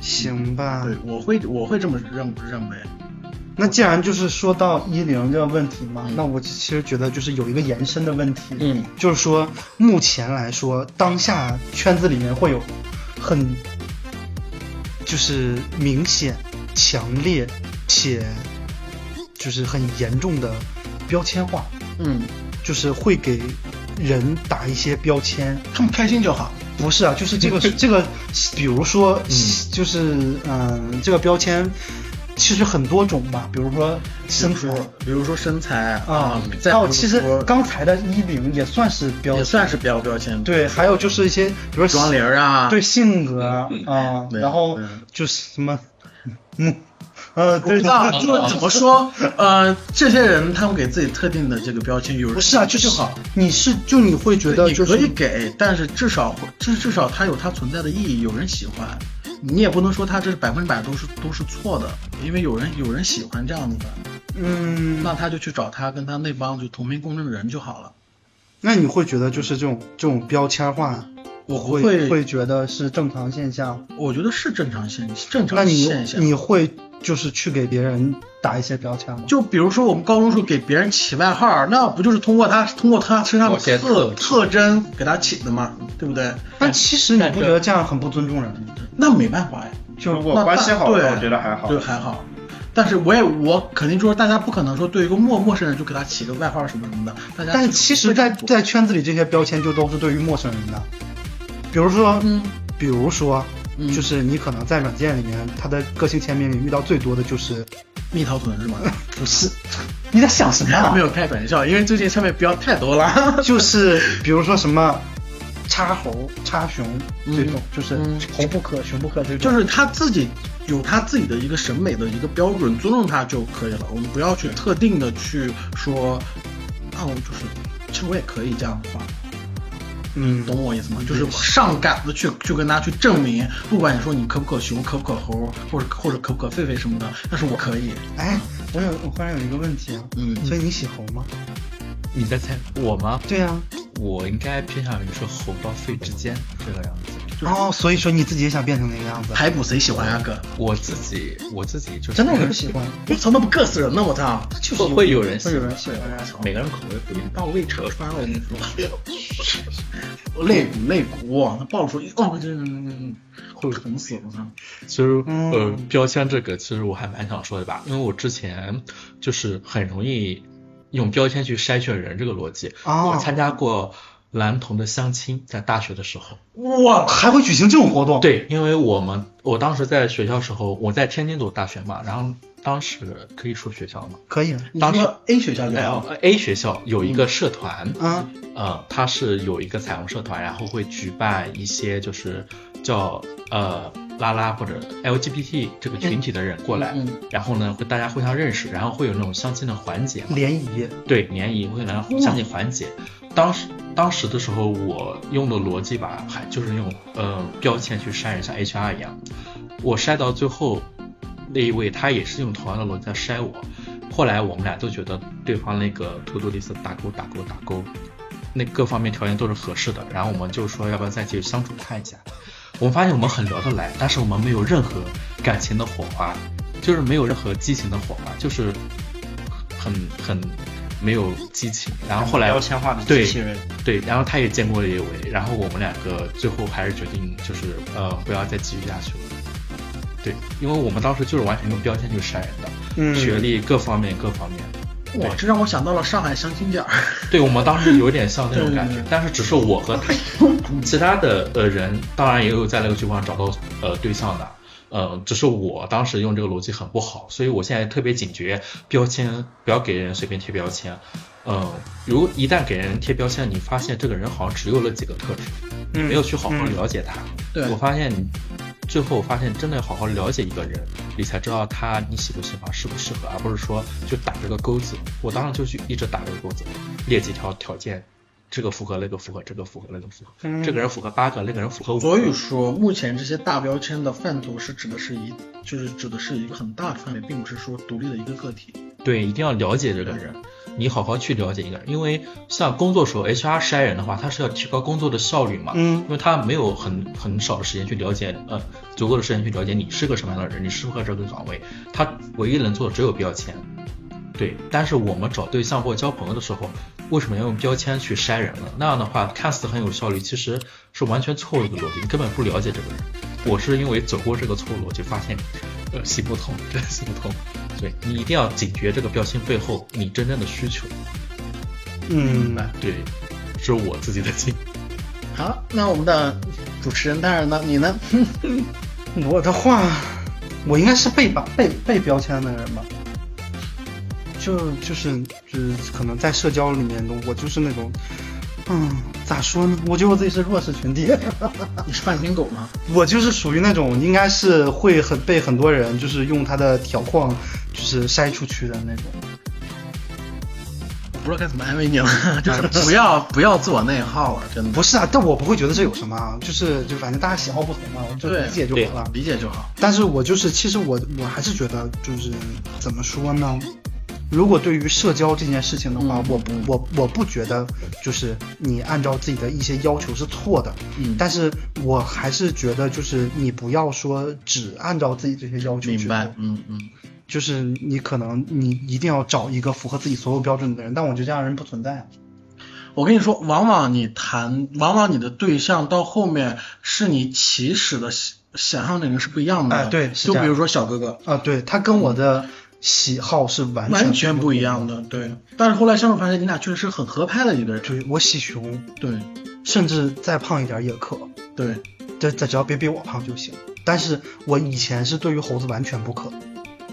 A: 行吧。
C: 对，我会我会这么认认为。
A: 那既然就是说到一零这个问题嘛，
D: 嗯
A: 那我其实觉得就是有一个延伸的问题，
C: 嗯，
A: 就是说目前来说，当下圈子里面会有很就是明显、强烈且就是很严重的标签化，
C: 嗯，
A: 就是会给人打一些标签，
C: 他们开心就好。
A: 不是啊， 就是 这个这个，比如说，就是嗯、这个标签其实很多种吧，比如说身
C: 比
A: 材
C: 如说，比如说身材
A: 啊，
C: 再
A: 还
C: 比
A: 有
C: 如
A: 其实
C: 说
A: 刚才的衣领也算是标签，
C: 也算是标标签，
A: 对，还有就是一些比如说
C: 装铃儿啊，嗯
A: 对性格啊，啊
C: 对
A: 然后
C: 对
A: 就是什 么，嗯，呃，
C: 不
A: 对
C: 知道，
A: 对，
C: 就是怎么说，呃，这些人他们给自己特定的这个标签，有人
A: 不是啊，就是好，你是就你会觉得
C: 你
A: 就
C: 可以
A: 是
C: 给，但是至少会至至少它有它存在的意义，有人喜欢，你也不能说它这是百分之百都是都是错的，因为有人有人喜欢这样子的，
A: 嗯，
C: 那他就去找他跟他那帮就同频共振的人就好了。
A: 那你会觉得就是这种这种标签化，
C: 我
A: 会
C: 会，
A: 会觉得是正常现象。
C: 我觉得是正常现正
A: 那
C: 常
A: 你
C: 现象。
A: 你会就是去给别人打一些标签吗？
C: 就比如说我们高中时候给别人起外号儿，那不就是通过他通过他身上的
B: 某些
C: 特
B: 特
C: 特征给他起的吗？对不对？
A: 但其实你不觉得这样很不尊重人吗？
C: 那没办法呀，
A: 就
D: 如果
C: 那
D: 关系
C: 大
D: 好的
C: 对
D: 话，我觉得还好
C: 对，。还好。但是我也我肯定说，大家不可能说对一个陌陌生人就给他起个外号儿什么什么的。大家
A: 但其实在，在
C: 不
A: 圈子里，这些标签就都是对于陌生人的。比如说，
C: 嗯
A: 比如说，
C: 嗯
A: 就是你可能在软件里面，他的个性签名里遇到最多的就是
C: 蜜桃臀是吗？
A: 不是？你在想什么啊
C: 没？有开玩笑，因为最近上面标太 多了。
A: 就是比如说什么插猴、插熊这种，就是
C: 嗯
A: 猴不可、熊不可这种。
C: 就是他自己有他自己的一个审美的一个标准，尊重他就可以了。我们不要去特定的去说，啊，我就是其实我也可以这样的话，
A: 嗯，
C: 懂我意思吗？就是上赶子去去跟他去证明，不管你说你可不可熊，可不可猴，或者或者可不可狒狒什么的，但是我可以。
A: 哎，我有我忽然有一个问题啊，
C: 嗯
A: 所以你喜猴吗？
B: 你在猜我吗？
A: 对啊呀、
B: 我应该偏向于是猴到狒之间这个样子。
A: 然后哦所以说你自己也想变成那个样子？
C: 排骨谁喜欢呀、哥？
B: 我自己，我自己就是
A: 真的有人喜欢？
C: 我操，那不硌死人呢！我操，
B: 就是会有人喜
A: 会有
B: 欢，
A: 人喜欢？
B: 每个人口味不一样。
C: 把我胃扯穿了，我跟你说。肋骨肋骨，哇那爆出一哦，这会疼死我操！
B: 其实，呃
A: 嗯，
B: 标签这个其实我还蛮想说的吧，因为我之前就是很容易用标签去筛选人这个逻辑。
A: 哦
B: 我参加过男童的相亲，在大学的时候。
A: 哇，还会举行这种活动？，
B: 对，因为我们我当时在学校时候，我在天津读大学嘛，然后当时可以说学校嘛，
A: 可以啊。
C: 你
B: 当时
C: 说 A 学校就
B: 哎
C: 好，
B: 哦 A 学校有一个社团，
A: 啊，
B: 呃，它是有一个彩虹社团，然后会举办一些就是叫呃拉拉或者 LGBT 这个群体的人过来，
C: 嗯嗯
B: 然后呢会大家互相认识，然后会有那种相亲的环节嘛，
A: 联谊，
B: 对联谊会来相亲环节。当时当时的时候，我用的逻辑吧，还就是用呃标签去筛人，像 HR 一样，我筛到最后那一位，他也是用同样的逻辑在筛我。后来我们俩都觉得对方那个 to do list 打勾打勾打勾，那各方面条件都是合适的，然后我们就说要不要再去相处看一下。我们发现我们很聊得来，但是我们没有任何感情的火花，就是没有任何激情的火花，就是很很没有激情。然后后来
D: 标签化的
B: 对
D: 机器人，
B: 对，然后他也见过叶维，然后我们两个最后还是决定就是呃不要再继续下去了。对，因为我们当时就是完全用标签去筛人的，
A: 嗯
B: 学历各方面各方面。
C: 哇，这让我想到了上海相亲角儿。
B: 对我们当时有点像那种感觉
C: 对对，
B: 但是只是我和他，其他的呃人当然也有在那个地方找到呃对象的，呃，只是我当时用这个逻辑很不好，所以我现在特别警觉标签，不要给人随便贴标签。嗯、如一旦给人贴标签，你发现这个人好像只有了几个特质，
A: 嗯
B: 没有去好好
A: 嗯
B: 了解他。
C: 对
B: 我发现你最后发现真的好好了解一个人，你才知道他你喜不喜欢，适不适合，而不是说就打这个钩子。我当时就去一直打这个钩子，列几条条件，这个符合，那个符合，这个符合，那个符合，
A: 嗯
B: 这个人符合八个，那个人符合五个。
C: 所以说，目前这些大标签的范畴是指的是一，就是指的是一个很大的范围，并不是说独立的一个个体。
B: 对，一定要了解这个人，你好好去了解一个人，因为像工作时候 HR 筛人的话，他是要提高工作的效率嘛，
A: 嗯
B: 因为他没有很很少的时间去了解，呃，足够的时间去了解你是个什么样的人，你适合这个岗位，他唯一能做的只有标签。对，但是我们找对象或交朋友的时候，为什么要用标签去筛人呢？那样的话，看似很有效率，其实是完全错误的逻辑，你根本不了解这个人。我是因为走过这个错误逻辑，发现，呃，行不通， 真的行不通。对你一定要警觉这个标签背后你真正的需求。
A: 嗯，
B: 对，是我自己的经历。
C: 好，那我们的主持人大人呢？你呢？
A: 我的话，我应该是被把被被标签的人吧。就就是就是可能在社交里面，我就是那种，嗯，咋说呢？我觉得我自己是弱势群体。
C: 你是范冰狗吗？
A: 我就是属于那种应该是会很被很多人就是用他的条框就是筛出去的那种。
C: 我不知道该怎么安慰你 了，就是不要不要自我内耗了，真的
A: 不是啊，但我不会觉得这有什么，啊，就是就反正大家喜好不同嘛，我就
C: 对
A: 理解就
B: 对
A: 好了。
C: 理解就好。
A: 但是我就是，其实我我还是觉得，就是怎么说呢？如果对于社交这件事情的话，
C: 嗯
A: 我不
C: 嗯
A: 我我不觉得，就是你按照自己的一些要求是错的，
C: 嗯
A: 但是我还是觉得，就是你不要说只按照自己这些要求去
C: 明
A: 做，
C: 白，嗯嗯，
A: 就是你可能你一定要找一个符合自己所有标准的人，但我觉得这样的人不存在啊。
C: 我跟你说，往往你谈，往往你的对象到后面是你起始的想想象的人是不一样的。
A: 哎对是
C: 就
A: 这样
C: 比如说小哥哥，
A: 啊，对他跟我的喜好是完
C: 完
A: 全
C: 全不一样的，对。但是后来相处发现，你俩确实是很合拍的一个人，
A: 对我喜熊，
C: 对
A: 甚至再胖一点也可，
C: 对，
A: 这这只要别比我胖就行。但是我以前是对于猴子完全不可，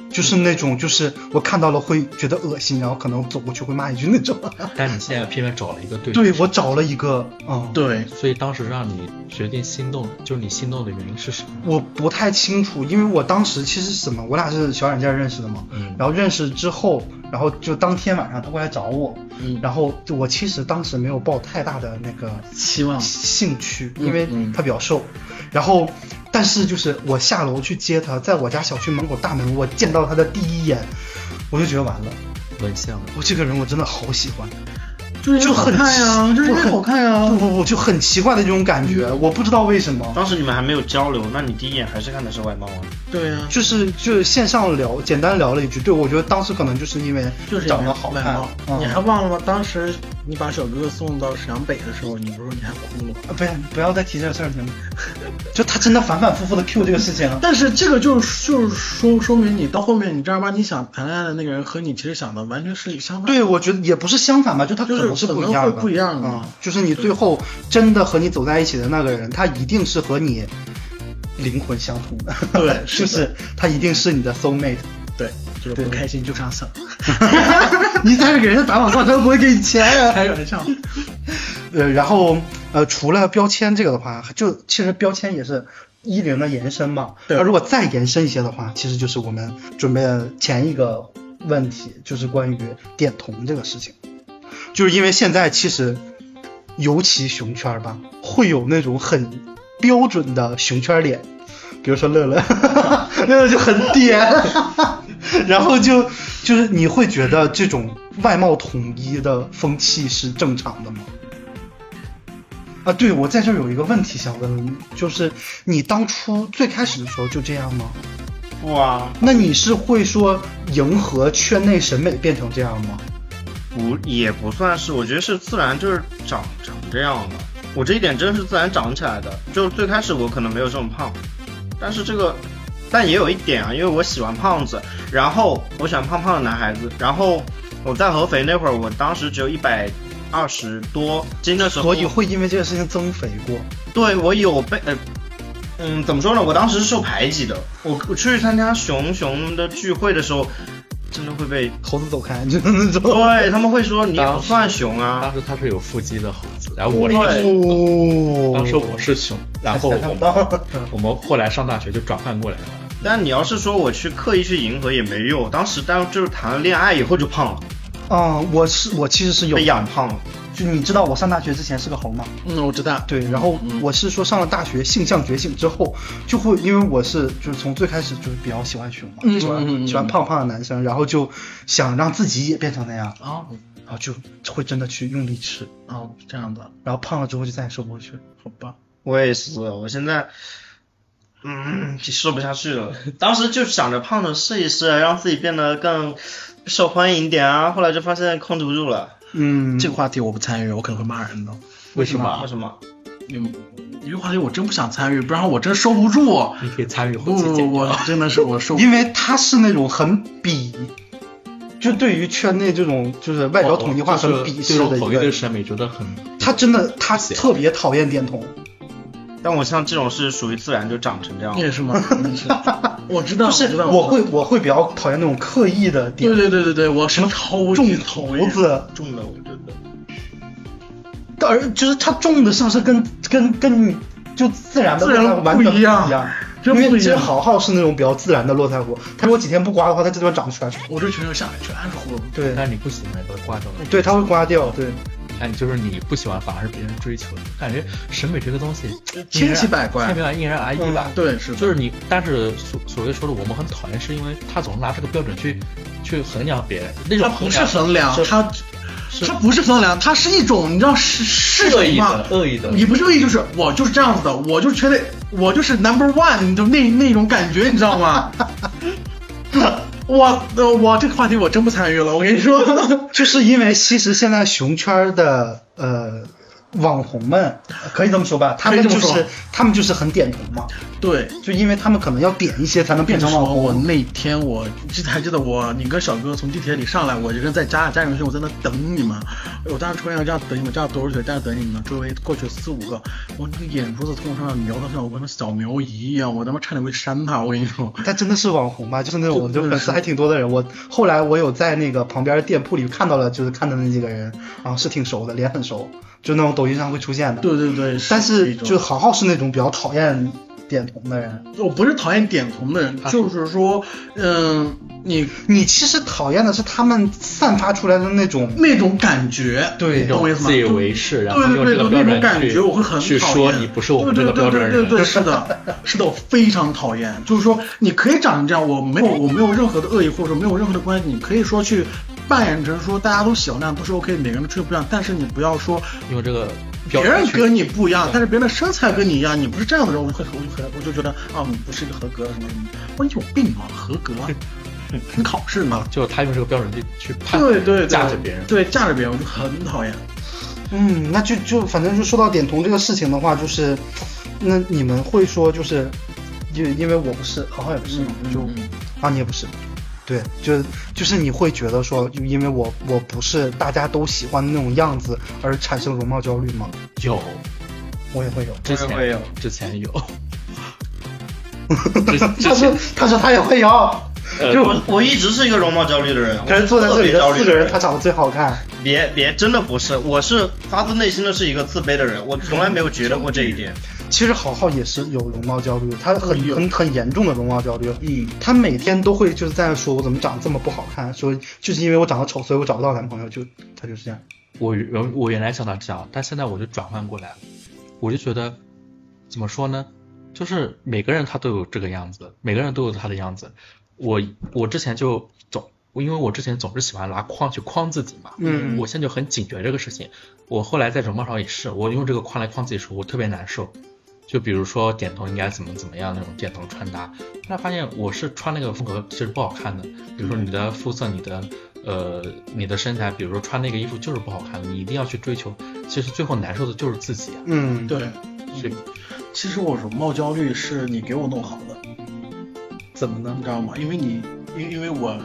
A: 就是那种就是我看到了会觉得恶心，然后可能走过去会骂一句那种。
B: 但你现在偏偏找了一个对，
A: 对我找了一个，嗯，，
C: 对，
B: 所以当时让你决定心动，就是你心动的原因是什么？
A: 我不太清楚，因为我当时其实是什么，我俩是小软件认识的嘛，
B: 嗯
A: 然后认识之后，然后就当天晚上他过来找我，
C: 嗯
A: 然后就我其实当时没有抱太大的那个
C: 希望
A: 兴趣，
C: 啊嗯
A: 因为他比较瘦，然后但是就是我下楼去接他，在我家小区门口大门，我见到他的第一眼，我就觉得完了，
B: 沦陷了。
A: 我这个人我真的好喜欢，
C: 就是因为
A: 就
C: 好
A: 很
C: 看呀，
A: 奇
C: 就是因
A: 我
C: 为
A: 很
C: 好看呀。嗯
A: 不不不，就很奇怪的这种感觉，我不知道为什么。
D: 当时你们还没有交流，那你第一眼还是看的是外貌啊？
C: 对呀、
A: 就是就是线上聊，简单聊了一句。对，我觉得当时可能就是因为
C: 就是
A: 长得好看
C: 貌，。
A: 嗯
C: 你还忘了吗？当时你把小哥哥送到沈阳北的时候，你不是说你还哭了吗？
A: 啊不要不要再提这个事儿行吗？ 就他真的反反复复的 Q 这个事情啊，
C: 但是这个就是就是说说明你到后面你正儿八经想谈恋爱的那个人和你其实想的完全是相反。，
A: 对我觉得也不是相反吧，就他可能
C: 就是
A: 不
C: 可
A: 一
C: 能
A: 样
C: 会
A: 的，
C: 不一样的
A: 嗯，就是你最后真的和你走在一起的那个人，他一定是和你灵魂相通的，
C: 对是
A: 就
C: 的
A: 是他一定是你的 soul mate。
C: 对，就是不开心就上色，
A: 你在这给人家打广告，他又不会给你钱啊。
C: 开玩笑。
A: 呃，然后呃，除了标签这个的话，就其实标签也是一零的延伸嘛。
C: 对
A: 那如果再延伸一些的话，其实就是我们准备的前一个问题，就是关于点同这个事情，就是因为现在其实，尤其熊圈儿吧，会有那种很标准的熊圈脸，比如说乐 乐，乐乐就很点， 然后就就是你会觉得这种外貌统一的风气是正常的吗？啊，对，我在这儿有一个问题想问问，就是你当初最开始的时候就这样吗？
D: 不啊，
A: 那你是会说迎合圈内审美变成这样吗？
D: 不也不算是，我觉得是自然就是长长这样的。我这一点真的是自然长起来的，就是最开始我可能没有这么胖，但是这个，但也有一点啊，因为我喜欢胖子，然后我喜欢胖胖的男孩子，然后我在合肥那会儿，我当时只有一百二十多斤的时候，
A: 所以会因为这个事情增肥过。
D: 对我有被呃。嗯，怎么说呢？我当时是受排挤的。我我去参加熊熊的聚会的时候，真的 会被
A: 猴子走开，就是那种。
D: 对他们会说你不算熊啊
B: 当。时他是有腹肌的猴子，然后我是
D: 对
A: 哦，
B: 当时我是熊， 然后我
A: 想到嗯
B: 们我们后来上大学就转换过来了。
D: 但你要是说我去刻意去迎合也没用，当时但就是谈了恋爱以后就胖了，
A: 啊、我是我其实
C: 哎
A: 是有
D: 被养胖了。
A: 就你知道我上大学之前是个猴吗？
C: 嗯，我知道。
A: 对，然后
C: 嗯
A: 我是说上了大学性向觉醒之后，就会因为我是就是从最开始就是比较喜欢熊嘛，
C: 嗯
A: 喜欢、
C: 嗯嗯
A: 喜欢胖胖的男生，然后就想让自己也变成那样，
C: 啊
A: 然后就会真的去用力吃，
C: 啊，这样的，
A: 然后胖了之后就再也瘦不回去了。
C: 好吧。
D: 我也是，我现在，嗯，瘦不下去 了。当时就想着胖着试一试，让自己变得更受欢迎一点啊。后来就发现控制不住了。
A: 嗯，
C: 这个话题我不参与，我可能会骂人的。
B: 为什
D: 为
B: 么？
D: 什么？
C: 嗯，一个话题我真不想参与，不然我真受不住。
A: 嗯
B: 你可以参与后
C: 不
B: 期
C: 不
B: 剪
C: 不，我
B: 掉。
C: 真的是我受不住。
A: 因为他是那种很鄙，就对于圈内这种就是外表统一化很鄙视
B: 哦就是
A: 的
B: 对
A: 一
B: 统一的
A: 个，
B: 审美觉得很
A: 他真的他特别讨厌电筒。
D: 但我像这种是属于自然就长成这样
C: 你。也是吗？你是我知
A: 就
C: 道，我知
A: 是
C: 道
A: 我会我会比较讨厌那种刻意的点
C: 对，对对对对，我是超级讨
A: 猴
C: 厌。
A: 子，
D: 中了，我真的。
A: 而就是他种的是不是跟跟跟你就自然的
C: 自然
A: 络腮胡完全
C: 不一样真
A: 因
C: 不
A: 为
C: 一样
A: 其实好好是那种比较自然的络腮胡，他如果几天不刮的话，他这地方长不出来。
C: 我这全是下来，全是胡子。
A: 对
B: 但是你不喜欢把它挂掉了。
A: 对，他会刮掉。对，
B: 哎，就是你不喜欢，反而是别人追求的。感觉审美这个东西
C: 千奇百怪嗯
B: 千奇百怪，因人而异吧。
C: 对，是的
B: 就是你，但是所所谓说的我们很讨厌，是因为他总是拿这个标准去去衡量别人，那
C: 它
B: 种啊
C: 不
B: 衡
C: 是
B: 量
C: 衡量，
A: 是
C: 它它不是衡量，它是一种你知道是是
B: 恶意
C: 什么吗
B: 的，恶意的
C: 你不是恶意，就是我就是这样子的，我就觉得我就是 number one，你就那那种感觉，你知道吗？ 我呃我这个话题我真不参与了，我跟你说，
A: 就是因为其实现在熊圈的呃网红们，可以这么说吧，他们
C: 可以
A: 就
C: 这么说
A: 是他们就是很点头嘛，
C: 对。
A: 就因为他们可能要点一些才能变成网
C: 说我
A: 红。
C: 那天我记得还记得我，你跟小哥从地铁里上来，我一个人在家家里面去，我在那等你们。我当时抽烟这样等你们，这样抖着腿这样等你们，周围过去四五个，我那个眼珠子从我身上瞄到像我跟那小苗一一样，我他妈差点会扇他，我跟你说。
A: 但真的是网红吧？就是那种
C: 就
A: 就粉丝还挺多的人。我后来我有在那个旁边的店铺里看到了，就是看到那几个人，啊，是挺熟的，脸很熟，就那种抖音上会出现的。
C: 对对对，
A: 但是
C: 一种
A: 就好好是那种比较讨厌点红的人。
C: 我不是讨厌点红的
A: 啊
C: 人，就是说，嗯、你
A: 你其实讨厌的是他们散发出来的那种，
C: 那种感觉，
A: 对
C: 懂我意思吗？
B: 自以为是，然后
C: 对对
B: 用这
C: 对
B: 个
C: 对，
B: 标
C: 那
B: 准
C: 种感
B: 去
C: 觉我会很
B: 去
C: 讨厌
B: 说你不是我们这个标准
C: 对对对对对，
B: 人。
C: 是的，是的，我非常讨厌。就是说，你可以长成这样，我没有我没有任何的恶意，或者说没有任何的关系，你可以说去扮演成说大家都喜欢那样，都是 OK，每个人的追求不一样，但是你不要说
B: 用这个标
C: 别人
B: 准去
C: 跟你不一样，但是别人的身材跟你一样，你不是这样的人，我就会我就会我就觉得啊，你不是一个合格的什么什么，我说你有病吗？合 格？你考试呢？
B: 就是他用这个标准去去判
C: 对对对，
B: 价值别人。
C: 对架着别人，我就很讨厌。
A: 嗯，那就就反正就说到点红这个事情的话，就是，那你们会说就是，因为因为我不是，好好也不是嘛，就
D: 嗯
A: 啊你也不是，对，就就是你会觉得说，就因为我我不是大家都喜欢的那种样子而产生容貌焦虑吗？
B: 有
A: 我也会有。
B: 之
D: 会
B: 前
D: 有
B: 之前有，
A: 他说他说他也会有，
B: 呃
A: 就
D: 我我一直是一个容貌焦虑的人，
A: 可是坐在这里
D: 我
A: 的四
D: 是特别焦虑
A: 个
D: 的
A: 人，他长得最好看。
D: 别别，真的不是，我是发自内心的是一个自卑的人，我从来没有觉得过这一点。
A: 其实好好也是有容貌焦虑，他很
C: 有
A: 很很严重的容貌焦虑。
C: 嗯，
A: 他每天都会就是在那说我怎么长得这么不好看，说哎就是因为我长得丑，所以我找不到男朋友，就他就是这样。
B: 我原我原来想到这样，但现在我就转换过来了，我就觉得怎么说呢？就是每个人他都有这个样子，每个人都有他的样子。我我之前就总我因为我之前总是喜欢拿框去框自己嘛，
A: 嗯
B: 我现在就很警觉这个事情。我后来在容貌上也是，我用这个框来框自己时候，我特别难受。就比如说点头应该怎么怎么样那种点头穿搭，后来发现我是穿那个风格其实不好看的。比如说你的肤色、你的呃、你的身材，比如说穿那个衣服就是不好看的，你一定要去追求，其实最后难受的就是自己啊。
A: 嗯，
C: 对，
B: 是
C: 其实我容貌焦虑是你给我弄好的，
A: 怎么呢
C: 你？知道吗？因为你，因因为我，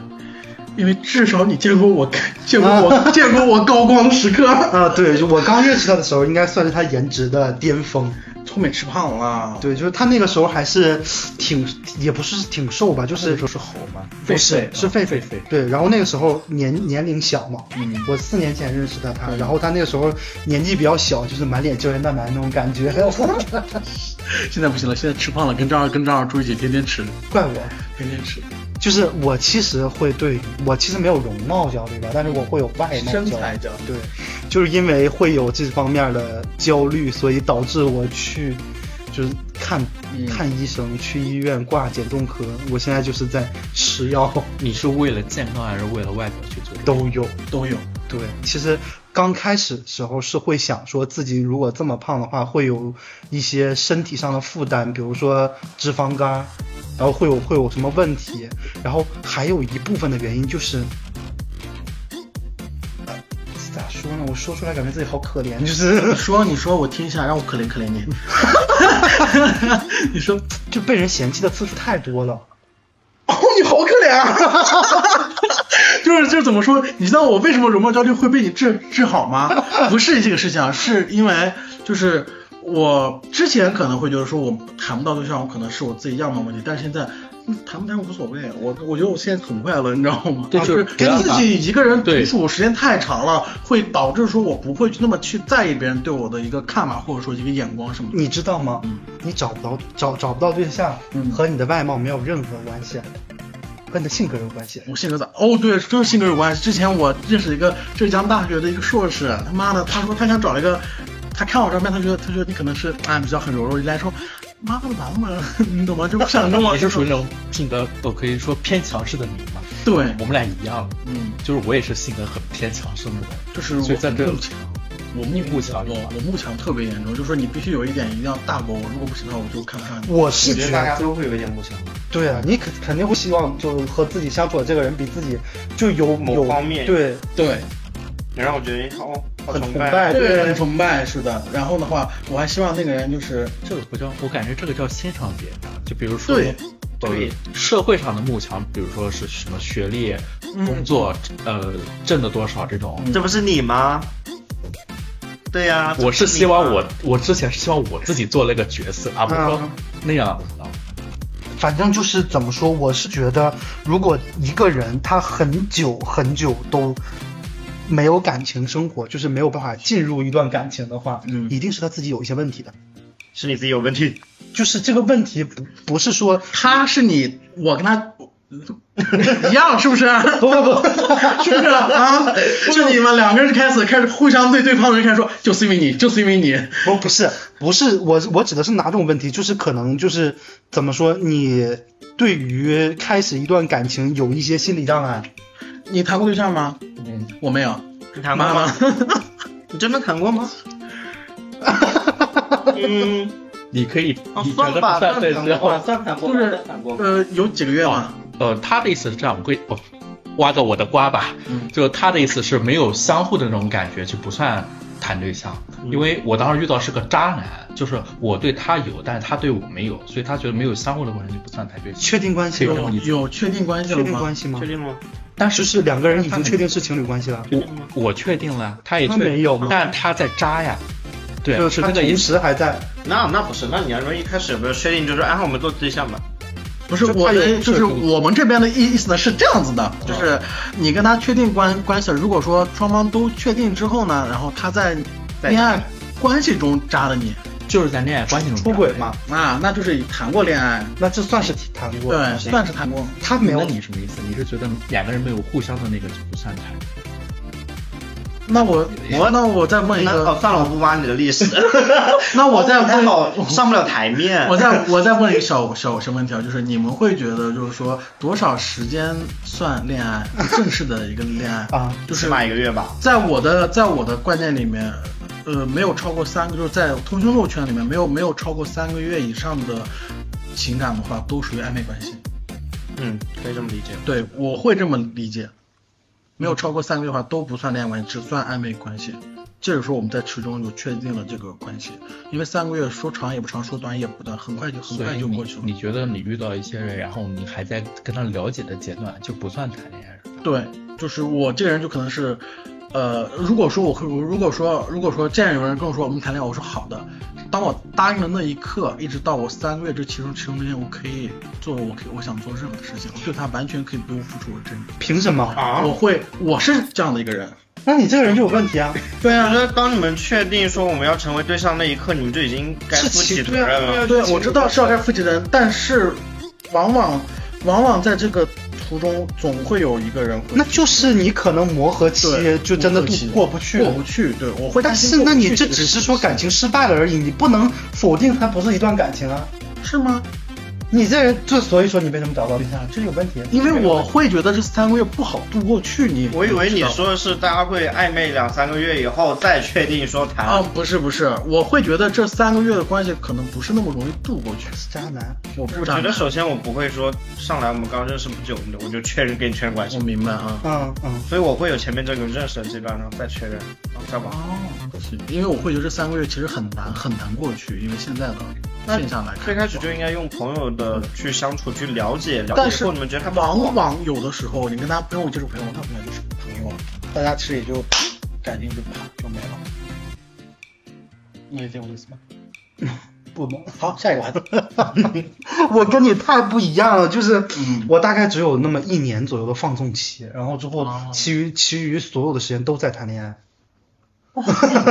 C: 因为至少你见过我， 见过我，见过我高光时刻。
A: 啊，对，就我刚认识他的时候，应该算是他颜值的巅峰。
C: 臭美吃胖了，，啊
A: 对，就是他那个时候还是挺，也不是挺瘦吧，就是
B: 说是猴吗？
A: 不是是狒
B: 狒
A: 狒
B: 狒
A: 对，然后那个时候年年龄小嘛，
C: 嗯
A: 我四年前认识的他，
C: 嗯
A: 然后他那个时候年纪比较小，就是满脸胶原蛋白那种感觉，
C: 现在不行了，现在吃胖了，跟张二跟张二住一起，天天吃，
A: 怪我。
C: 天天吃，
A: 就是我其实会对我其实没有容貌焦虑吧，但是我会有外貌焦
C: 身
A: 虑。
C: 材哎焦虑
A: 对，就是因为会有这方面的焦虑，所以导致我去就是看、
C: 嗯
A: 看医生，去医院挂减重科。我现在就是在吃药，
B: 你是为了健康还是为了外表去做这个？
A: 都有。
C: 都有。
A: 对，其实刚开始的时候是会想说自己如果这么胖的话，会有一些身体上的负担，比如说脂肪肝，然后会有会有什么问题，然后还有一部分的原因就是。呃咋说呢？我说出来感觉自己好可怜，就是
C: 你说，你说，我听一下，让我可怜可 怜你。你说，
A: 就被人嫌弃的次数太多了。
C: 哦，你好可怜啊！ 就是就是怎么说？你知道我为什么容貌焦虑会被你治治好吗？不是这个事情啊，是因为就是我之前可能会觉得说我谈不到对象，我可能是我自己样貌问题，但是现在。嗯谈不谈无所谓，我我觉得我现在很快乐，你知道吗？
B: 对
C: 啊
B: 就是是
C: 跟自己一个人独
B: 对
C: 处时间太长了，会导致说我不会去那么去在意别人对我的一个看法，或者说一个眼光什么的。
A: 你知道吗？你找不到找找不到对象，
C: 嗯
A: 和你的外貌没有任何关系，和你的性格有关系。
C: 我性格咋？哦，对，真是性格有关系。之前我认识一个浙江大学的一个硕士，他妈的，他说他想找一个，他看我照片，他觉得他觉得你可能是哎比较很柔弱，一来说，妈的男们， 你懂吗？就不想跟我
B: 你是属于那种性格，我可以说偏强势的你嘛。
C: 对，
B: 我们俩一样，
C: 嗯，
B: 就是我也是性格很偏强势的人，
C: 就是我
B: 所以在这
C: 慕强，我
B: 你
C: 慕
B: 慕强
C: 我我慕强特别严重，就是说你必须有一点一定要大过我，如果不行的话，我就看不上你。
A: 我是
D: 我觉得大家都会有一点不强，
A: 对啊，你肯肯定会希望就和自己相处的这个人比自己就有
D: 某
A: 有
D: 方面
A: 对
C: 对，
D: 也让我觉得哦，好
A: 很
D: 崇
A: 崇拜对
C: 很崇拜，是的。然后的话，我还希望那个人就是
B: 这个不叫，我感觉这个叫欣赏别人。就比如说，
C: 对
B: 呃
D: 对
B: 社会上的慕强，比如说是什么学历、
C: 嗯
B: 工作，呃，挣了多少这种。
D: 这不是你吗？对呀、这不
B: 我是
D: 你
B: 希望
D: 吗
B: 我，我之前是希望我自己做那个角色，啊而不是说
A: 嗯
B: 那样。
A: 反正就是怎么说，我是觉得，如果一个人他很久很久都没有感情生活，就是没有办法进入一段感情的话，
C: 嗯
A: 一定是他自己有一些问题的。
D: 是你自己有问题。
A: 就是这个问题不不是说
C: 他是你，我跟他一样，是不是？
A: 不不不，
C: 是不是啊？就你们两个人开始开始互相对对方的人开始说，就是因为你，就是因为你，
A: 不不是不是我我指的是哪种问题？就是可能就是怎么说，你对于开始一段感情有一些心理障碍。
C: 你谈过对象吗？
B: 嗯，
C: 我没有，
D: 你谈过
C: 妈妈
D: 吗？，你真的谈过 吗？嗯，
B: 你可以，
D: 哦
B: 你觉
D: 算
B: 得
D: 吧，
B: 不算对
D: 谈
B: 之后
D: 过，，算谈过，
C: 就是
D: 算谈过。
C: 呃，有几个月吧。
B: 呃，他的意思是这样，我会哦，挖个我的瓜吧。
C: 嗯
B: 就他的意思是没有相互的那种感觉，就不算谈对象。
C: 嗯
B: 因为我当时遇到是个渣男，就是我对他有，但是他对我没有，所以他觉得没有相互的过程就不算谈对象。
A: 确定关系
B: 这
A: 了
B: 个
A: 吗？
C: 有有确定关系了
A: 确定
C: 吗
A: 关？系吗
D: 确？定吗？
A: 但是是两个人已经确定是情侣关系了，
B: 我我确定了，他也
A: 他
B: 确定
A: 没有吗
B: 但他在渣呀。对，
A: 就是是
B: 那
A: 他
B: 个
A: 同
B: 意思。
A: 时还在。
D: 那那不是，那你要说一开始有没有确定，就是哎按我们做对象吧。
C: 不是
A: 就他
C: 我
A: 有
C: 的，就是
A: 确定
C: 我们这边的意意思呢是这样子的，就是你跟他确定关关系了，如果说双方都确定之后呢，然后他在
D: 在
C: 恋爱关系中渣了你，
B: 就是在恋爱关系中
A: 出轨嘛？
C: 啊，那就是谈过恋爱，
A: 那这算是谈过
C: 对，
A: 的东西，
C: 算是谈过。
A: 他
B: 渣男。
A: 没有
B: 那你什么意思？你是觉得两个人没有互相的那个就不算谈？
C: 那我
D: 我
C: 那我再问一
D: 那
C: 个
D: 哦，，算了，我不挖你的历史。
C: 那我再
D: 不太
C: 问
D: 好，上不了台面。
C: 我再我再问一个小小小问题啊，就是你们会觉得就是说多少时间算恋爱？正式的一个恋爱
A: 啊
C: 就是
D: 起码一个月吧。
C: 在我的在我的观念里面，呃，没有超过三个，就是在通讯录圈里面没有没有超过三个月以上的情感的话，都属于暧昧关系。
D: 嗯，可以这么理解。
C: 对，我会这么理解，没有超过三个月的话都不算恋爱关系，只算暧昧关系。这个时候我们在其中就确定了这个关系，因为三个月说长也不长，说短也不短，很快就很
B: 所
C: 快
B: 以
C: 就
B: 你
C: 过去了。
B: 你觉得你遇到一些人，然后你还在跟他了解的阶段，就不算谈恋爱是吧？
C: 对，就是我这个人就可能是，呃，如果说我会，如果说如果说这样有人跟我说我们谈恋爱，我说好的。当我答应的那一刻，一直到我三个月这其中其中之间，我可以做我可以我想做任何事情，我对他完全可以不用付出我真心。
A: 凭什么
D: 啊
C: 我会，我是这样的一个人。
A: 那你这个人就有问题啊！
D: 对啊，那当你们确定说我们要成为对象那一刻，你们就已经该负起责任了。
C: 对，我知道是要该负起责任，但是往往往往在这个途中总会有一个人会
A: 那就是你可能磨合期
C: 对
A: 就真的
C: 不
A: 度
C: 客气
A: 过不去，
C: 过不去。对，我会
A: 但
C: 担心
A: 是
C: 过
A: 那
C: 不
A: 你
C: 去
A: 这
C: 个
A: 只是
C: 事
A: 说
C: 情
A: 感情失败了而已，你不能否定它不是一段感情啊！
C: 是吗？
A: 你这人之所以说你为什么找不到对象，这是有问题。啊
C: 因为我会觉得这三个月不好度过去，你
D: 我以为你说的是大家会暧昧两三个月以后再确定说谈。
C: 啊，不是不是，我会觉得这三个月的关系可能不是那么容易度过去。
A: 渣男，
C: 我不
D: 我
C: 渣
D: 觉得，首先我不会说上来我们刚认识不久，我就确认跟你确认关系
C: 我，明白啊。
A: 嗯嗯，
D: 所以我会有前面这个认识的阶段，然后再确认，然后再往后。
C: 哦，是因为我会觉得这三个月其实很难很难过去，因为现在的现象来看，
D: 最开始就应该用朋友的去相处，去了解，了
C: 但
D: 解以
C: 是
D: 后你们觉得他不好
C: 往往有的时候你跟他不用就是朋友，他本来就是朋
D: 嗯
C: 友，大家其实也就感情就啪就没了。你理解我意思吗？
A: 不能。
C: 好，下一个话题。
A: 我跟你太不一样了，就是
C: 嗯
A: 我大概只有那么一年左右的放纵期，然后之后
C: 哦
A: 其余其余所有的时间都在谈恋爱。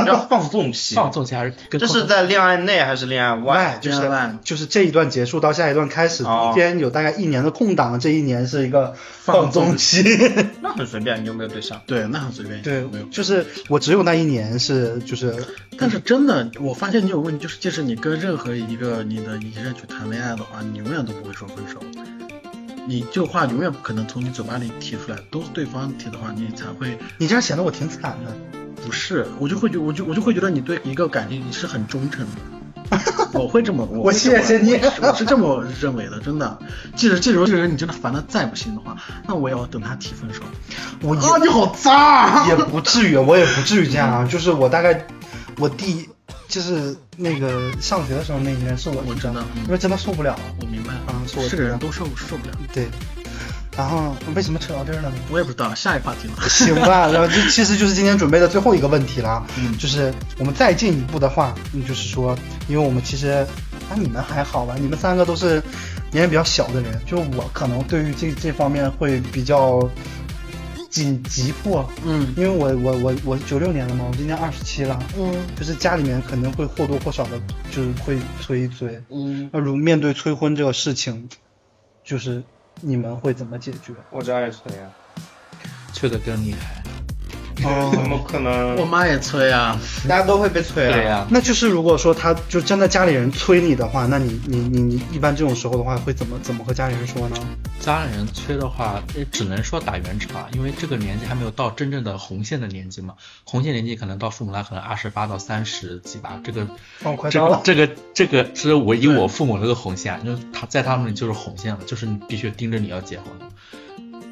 D: 叫啊放纵期，
B: 放纵期还是跟
D: 这是在恋爱内还是恋爱外？
A: 外哎就是
C: 恋爱
A: 就是这一段结束到下一段开始
D: 哦
A: 中间有大概一年的空档，这一年是一个放纵期。
D: 那很随便，你有没有对象？
C: 对，那很随便。
A: 对
C: 没有，。
A: 就是我只有那一年是就是
C: 但是真的，我发现你有问题，就是即使你跟任何一个你的一任去谈恋爱的话，你永远都不会说分手，你这话永远不可能从你嘴巴里提出来，都是对方提的话，你才会
A: 你这样显得我挺惨的。
C: 不是，我就会觉，我就我就会觉得你对一个感情你是很忠诚的， 我会这么，我
A: 我
C: 会这么
A: 谢谢你
C: 我是我是这么认为的，真的。即使这时候这个人你真的烦的再不行的话，那我也要等他提分手。
A: 我也、
C: 啊，你好渣 啊！
A: 也不至于，我也不至于这样啊。就是我大概我第就是那个上学的时候那一年是我
C: 我知道嗯
A: 因为真的受不了了。
C: 我明白
A: 啊是我
C: 是个人都受受不了，
A: 对，然后为什么扯到这儿了呢？
C: 我也不知道下一话题了。
A: 行吧，然后这其实就是今天准备的最后一个问题了，
C: 嗯
A: 就是我们再进一步的话，嗯就是说，因为我们其实，啊，你们还好吧？你们三个都是年龄比较小的人，就我可能对于这这方面会比较紧急迫，
C: 嗯
A: 因为我我我我九六年了嘛，我今年二十七了，
C: 嗯
A: 就是家里面肯定会或多或少的，就是会催一催。
C: 嗯，
A: 那如面对催婚这个事情，就是你们会怎么解决？
D: 我家也催啊，
B: 缺的更厉害。
D: 哦怎么可能？
C: 我妈也催啊。
D: 大家都会被催啊。
B: 对呀、
A: 那就是如果说他就真的家里人催你的话，那你你你你一般这种时候的话会怎么怎么和家里人说呢？
B: 家里人催的话，呃只能说打圆场，因为这个年纪还没有到真正的红线的年纪嘛。红线年纪可能到父母那可能二十八到三十几吧，这个
A: 哦，快
B: 这
A: 到
B: 个
A: 了，
B: 这个这个这是我以我父母那个红线，啊就是他在他们就是红线了，就是你必须盯着你要结婚。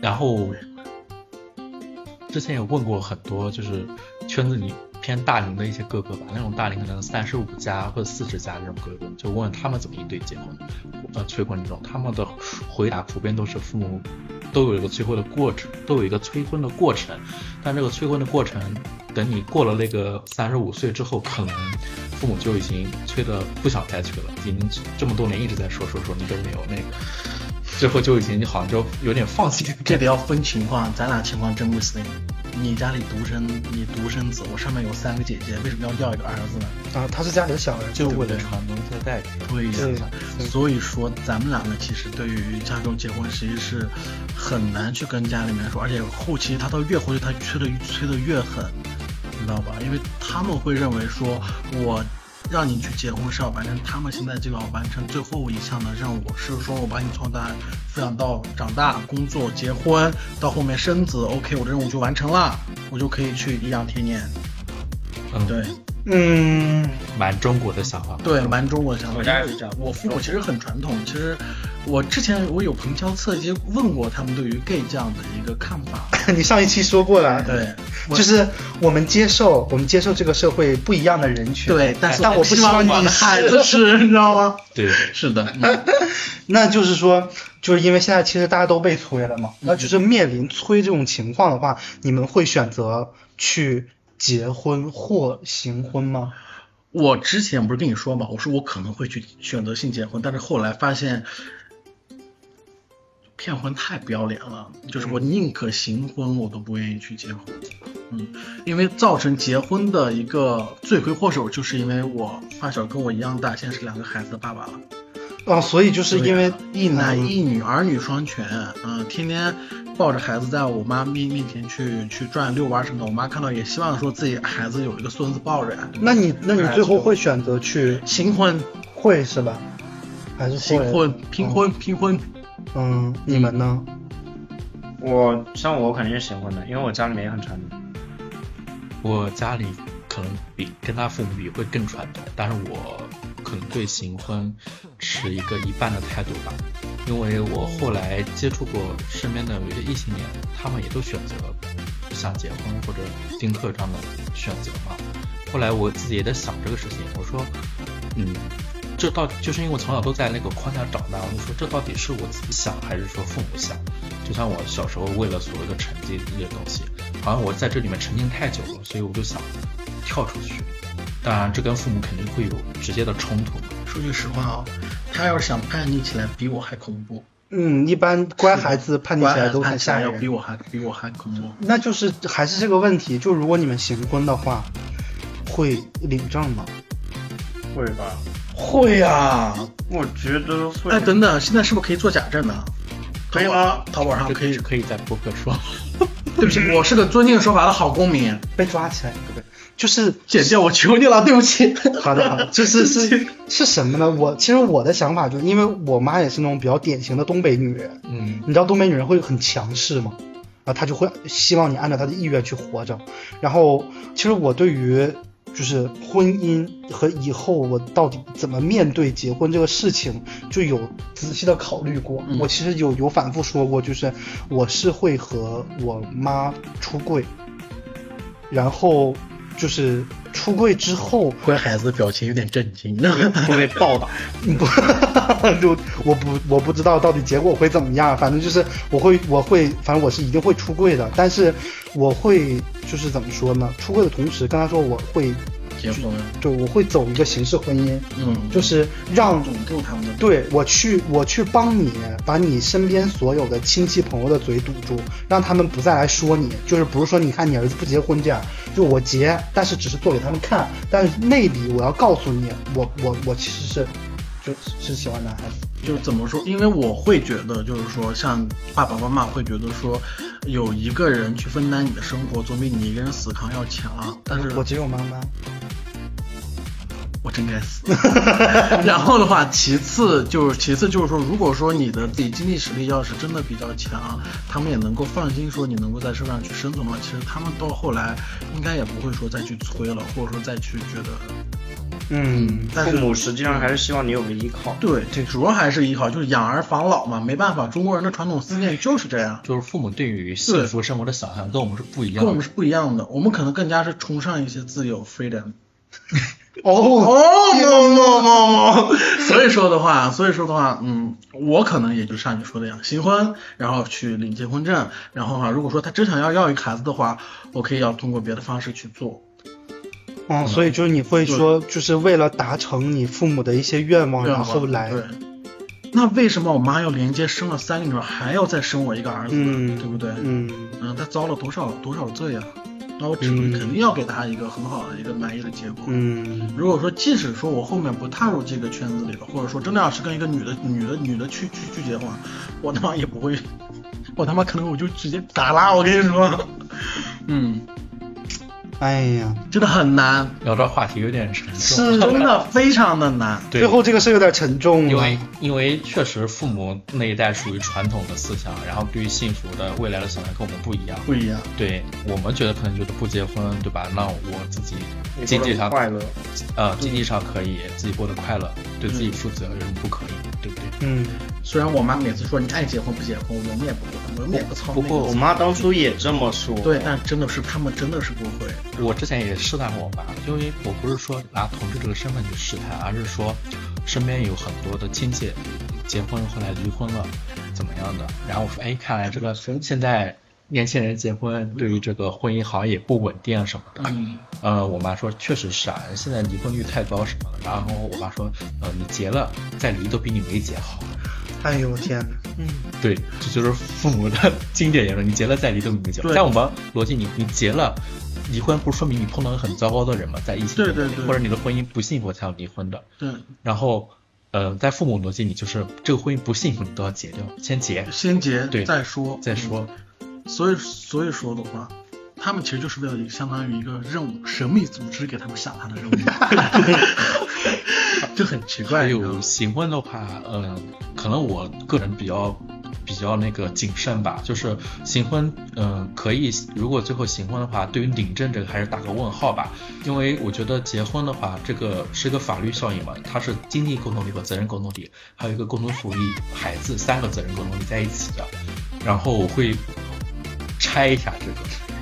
B: 然后之前也问过很多，就是圈子里偏大龄的一些哥哥吧，那种大龄可能三十五加或者四十加这种哥哥，就问他们怎么应对结婚，呃，催婚这种，他们的回答普遍都是父母都有一个催婚的过程，都有一个催婚的过程，但这个催婚的过程，等你过了那个三十五岁之后，可能父母就已经催的不想再催了，已经这么多年一直在说说说，你都没有那个，之后就已经好像就有点放弃
C: 这得要分情况，咱俩情况真不行。你家里独生，你独生子，我上面有三个姐姐，为什么要要一个儿子呢？
A: 啊，他是家里的小人，
C: 就
A: 对不
C: 为
A: 对
C: 了
B: 传宗接代这种。
C: 对
A: 对
C: 呀、所以说咱们两个其实对于家中结婚，其实是很难去跟家里面说，而且后期他到越回去，他催的催的越狠。道吧？因为他们会认为说，我让你去结婚是要完成他们现在这个完成最后一项的任务，是说我把你从大抚养到长大、工作、结婚，到后面生子，OK，我的任务就完成了，我就可以去颐养天年。
B: 嗯，
C: 对，
A: 嗯，
B: 蛮中国的想法。
C: 对，蛮中国的想法。
D: 我家也是这样
C: 我父母其实很传统。其实我之前我有旁敲侧击问过他们对于 gay 这样的一个看 法。
A: 你上一期说过了，
C: 对，我
A: 就是我们接受，我们接受这个社会不一样的人群。
C: 对，但是
A: 但我不希望
C: 我
A: 你
C: 的孩子是，你知道吗？
B: 对，
C: 是的，嗯
A: 那就是说，就是因为现在其实大家都被催了嘛，
C: 嗯
A: 那就是面临催这种情况的话，你们会选择去结婚或行婚吗？
C: 我之前不是跟你说嘛，我说我可能会去选择性结婚，但是后来发现。骗婚太不要脸了，就是我宁可行婚，我都不愿意去结婚。嗯，因为造成结婚的一个罪魁祸首，就是因为我发小跟我一样大，现在是两个孩子的爸爸了。
A: 啊，所以就是因为一
C: 一男
A: 男一
C: 一女，儿女双全，嗯、天天抱着孩子在我妈面面前去去转遛弯什么的，我妈看到也希望说自己孩子有一个孙子抱着呀。
A: 那你那你最后会选择去
C: 行婚，
A: 会是吧？还是
C: 行
A: 会？
C: 婚，拼婚，拼婚，
A: 嗯，你们呢？
D: 我像我肯定是结婚的，因为我家里面也很传统。
B: 我家里可能比跟他父母比会更传统，但是我可能对行婚持一个一半的态度吧，因为我后来接触过身边的有一些异性恋，他们也都选择想结婚或者丁克这样的选择嘛。后来我自己也在想这个事情，我说，嗯，这到底就是因为我从小都在那个框架长大，我就说这到底是我自己想还是说父母想？就像我小时候为了所谓的成绩这些东西，好像我在这里面沉浸太久了，所以我就想跳出去。当然，这跟父母肯定会有直接的冲突嘛。
C: 说句实话啊、他要是想叛逆起来，比我还恐怖。
A: 嗯，一般乖孩子叛逆起来都
C: 叛
A: 很
C: 逆起来
A: 吓
C: 要比
A: 人。
C: 我还比我还恐怖。
A: 那就是还是这个问题，就如果你们行婚的话，会领证吗？
D: 会吧？
C: 会啊呀、
D: 我觉得会。
C: 哎，等等，现在是不是可以做假证呢？
D: 可以吗
C: 淘宝上
B: 这
C: 可以。
B: 可以在播客说。
C: 对不起，我是个尊敬说法的好公民。
A: 被抓起来，对不对？ 就是
C: 姐姐，我求你了，对不起。
A: 好的，好的，就是 是是什么呢？我其实我的想法就是，因为我妈也是那种比较典型的东北女人，
B: 嗯，
A: 你知道东北女人会很强势吗？啊，她就会希望你按照她的意愿去活着。然后，其实我对于就是婚姻和以后我到底怎么面对结婚这个事情，就有仔细的考虑过。
C: 嗯
A: 我其实有有反复说过，就是我是会和我妈出柜，然后就是出柜之后，
C: 乖孩子的表情有点震惊。
D: 会被暴打。
A: 不， 就我不我不知道到底结果会怎么样，反正就是我会我会，反正我是一定会出柜的，但是我会就是怎么说呢？出柜的同时跟他说我会，
C: 结婚，
A: 就我会走一个形式婚姻，
C: 嗯，
A: 就是让
C: 总救他们的。
A: 对我去我去帮你把你身边所有的亲戚朋友的嘴堵住，让他们不再来说你，就是不是说你看你儿子不结婚这样，就我结，但是只是做给他们看，但是内里我要告诉你，我我我其实是就是喜欢男孩子。
C: 就是怎么说？因为我会觉得，就是说，像爸爸妈妈会觉得说，有一个人去分担你的生活，总比你一个人死扛要强啊。但是
A: 我只有妈妈。
C: 我真该 死。然后的话，其次就是其次就是说，如果说你的自己经济实力要是真的比较强，啊他们也能够放心说你能够在社会上去生存的话，其实他们到后来应该也不会说再去催了，或者说再去觉得，
A: 嗯，
C: 但
D: 父
C: 是。
D: 母实际上还是希望你有个依靠。
C: 对，这主要还是依靠，就是养儿防老嘛，没办法，中国人的传统思念就是这样，
B: 就是父母对于幸福生活的想象跟我们是不一样
C: 跟我们
B: 的。
C: 是不一样的，我们可能更加是崇尚一些自由 freedom。
A: 哦，
C: 哦，no no no no！所 以说的话，所以说的话，嗯，我可能也就像你说的一样，新婚，然后去领结婚证，然后啊，如果说他真想要要一个孩子的话，我可以要通过别的方式去做。
A: 嗯，所以就是你会说，就是为了达成你父母的一些愿望，
C: 对吧
A: 然后来
C: 对。那为什么我妈要连接生了三个女儿，还要再生我一个儿子呢？
A: 嗯
C: 对不对？
A: 嗯，
C: 嗯，她遭了多少多少罪啊？那我只能
A: 嗯
C: 肯定要给她一个很好的一个满意的结果。
A: 嗯，
C: 如果说即使说我后面不踏入这个圈子里了，或者说真的要是跟一个女的、女的、女的去去去结婚，我他妈也不会， 我他妈可能我就直接打啦！我跟你说，嗯，
A: 哎呀，
C: 真的很难，
B: 聊这话题有点沉重。
C: 是 真的非常的难。
B: 对
A: 最后这个是有点沉重
B: 因
A: 了
B: 为。因为确实父母那一代属于传统的思想，然后对于幸福的未来的想象跟我们不一样。
C: 不一样，
B: 对我们觉得可能觉得不结婚，对吧？那我自己
D: 你
B: 经济
D: 过得
B: 上
D: 很快乐，
B: 呃经济上可以，自己过得快乐，对自己负责，有什么不可以？对不对？
A: 嗯，
C: 虽然我妈每次说你爱结婚不结婚，我们也不管，我们也不操那
B: 不
C: 个
B: 过
C: 心
D: 我妈当初也这么说。
C: 对，但真的是他们真的是不会。
B: 我之前也试探过我妈，因为我不是说拿同志这个身份去试探，而是说身边有很多的亲戚结婚后来离婚了，怎么样的？然后我说，哎，看来这个现在年轻人结婚，对于这个婚姻好像也不稳定啊什么的。
C: 嗯，
B: 呃，我妈说确实是啊，现在离婚率太高什么的。然后我妈说，呃，你结了再离都比你没结好。
A: 哎呦我天哪，
B: 对，这就是父母的 经典言论：你结了再离都比没结好。
C: 对
B: 在我们逻辑里，你结了。离婚不是说明你碰到了很糟糕的人吗？在一起，
C: 对对对
B: 或者你的婚姻不幸福才要离婚的。
C: 对，
B: 然后，呃，在父母逻辑里，就是这个婚姻不幸福，你都要结掉，先结
C: 先结
B: 对
C: 再说
B: 再说。
C: 所以所以说的话，他们其实就是为了一个相当于一个任务，神秘组织给他们下达的任务， 就很奇怪。
B: 还
C: 你知道
B: 有
C: 吗
B: 行婚的话，嗯，可能我个人比较比较那个谨慎吧，就是行婚，嗯，可以，如果最后行婚的话，对于领证这个还是打个问号吧，因为我觉得结婚的话，这个是一个法律效应嘛，它是经济共同体和责任共同体，还有一个共同福利、孩子三个责任共同体在一起的，然后我会拆一下这个。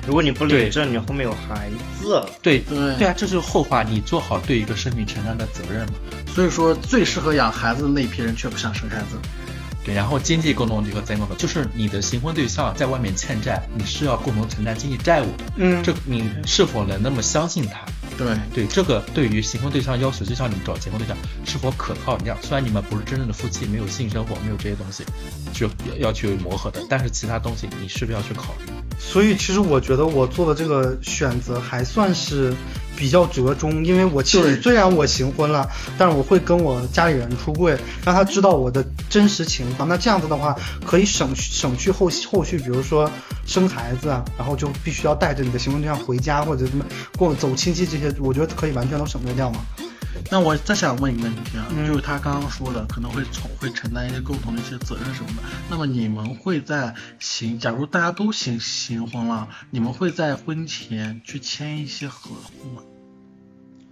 D: 如果你不
B: 对
D: 领证，你后面有孩子。
B: 对
C: 对
B: 对啊，这就是后话，你做好对一个生命承担的责任嘛。
C: 所以说最适合养孩子的那一批人却不想生孩子。
B: 对，然后经济共同体和责任共同体，就是你的行婚对象在外面欠债，你是要共同承担经济债务的。
A: 嗯
B: 这你是否能那么相信他？
C: 对，
B: 对，这个对于行婚对象要求，就像你找结婚对象是否可靠一样。虽然你们不是真正的夫妻，没有性生活，没有这些东西，就要去磨合的，但是其他东西你是不是要去考虑？
A: 所以其实我觉得我做的这个选择还算是比较折中，因为我其实
C: 对
A: 虽然我行婚了，但是我会跟我家里人出柜，让他知道我的真实情况。那这样子的话，可以省去省去后后续，比如说生孩子啊，然后就必须要带着你的行婚对象回家或者什么过走亲戚这些，我觉得可以完全都省略掉嘛。
C: 那我再想问一个问题啊，
A: 嗯
C: 就是他刚刚说的，可能会从会承担一些共同的一些责任什么的。那么你们会在行，假如大家都行行婚了，你们会在婚前去签一些合同吗？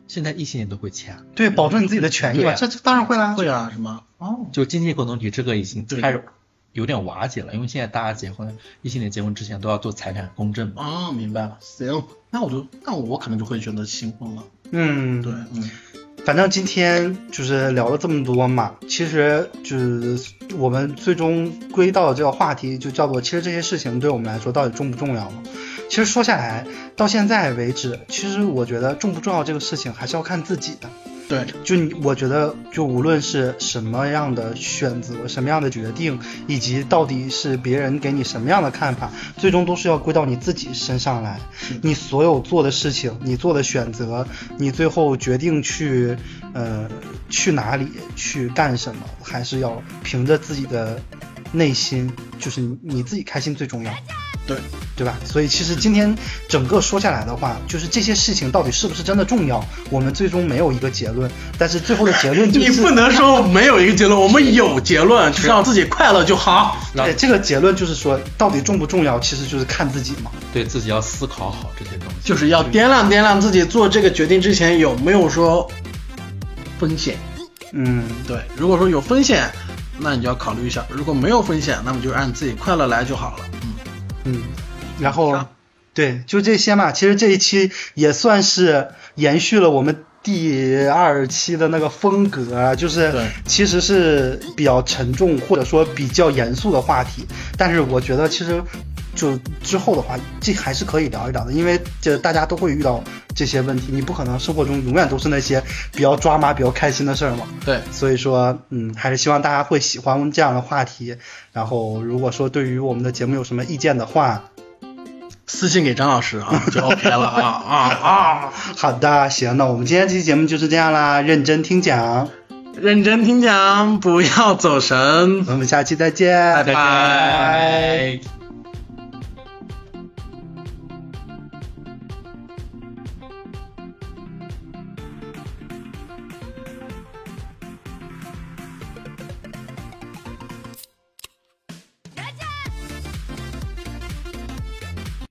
B: 现在异性恋都会签啊，
A: 对，保证你自己的权益
B: 对
A: 嘛，
B: 啊
A: 这这当然会啦。
C: 会啊，什么？哦，
B: 就经济共同体这个已经
C: 对
B: 开始有点瓦解了，因为现在大家结婚，异性恋结婚之前都要做财产公证嘛。
C: 哦，明白了。行，那我就，那我可能就会选择行婚了。
A: 嗯，
C: 对，嗯，
A: 反正今天就是聊了这么多嘛，其实就是我们最终归到这个话题，就叫做其实这些事情对我们来说到底重不重要嘛？其实说下来到现在为止，其实我觉得重不重要这个事情还是要看自己的。
C: 对，
A: 就你，我觉得，就无论是什么样的选择、什么样的决定，以及到底是别人给你什么样的看法，最终都是要归到你自己身上来。你所有做的事情，你做的选择，你最后决定去，呃，去哪里，去干什么，还是要凭着自己的内心，就是你你自己开心最重要。
C: 对，
A: 对吧？所以其实今天整个说下来的话，就是这些事情到底是不是真的重要，我们最终没有一个结论。但是最后的结论就
C: 你
A: 是，
C: 不能说没有一个结论，我们有结论，就是让自己快乐就好。
B: 让
A: 对这个结论就是说，到底重不重要，其实就是看自己嘛。
B: 对自己要思考好这些东西。
C: 就是要掂量掂量自己做这个决定之前有没有说风险。
A: 嗯，
C: 对，如果说有风险，那你就要考虑一下；如果没有风险，那么就按自己快乐来就好了。嗯，
A: 嗯，然后
C: 好
A: 对，就这些嘛。其实这一期也算是延续了我们第二期的那个风格啊，就是
C: 对
A: 其实是比较沉重或者说比较严肃的话题，但是我觉得其实。就之后的话，这还是可以聊一聊的，因为这大家都会遇到这些问题，你不可能生活中永远都是那些比较抓马、比较开心的事儿嘛。
C: 对，
A: 所以说，嗯，还是希望大家会喜欢这样的话题。然后，如果说对于我们的节目有什么意见的话，
C: 私信给张老师啊，就 OK 了啊啊啊！
A: 好的，行，那我们今天这期节目就是这样啦，认真听讲，
C: 认真听讲，不要走神。
A: 我们下期再见，
C: 拜
B: 拜
C: 拜
B: 拜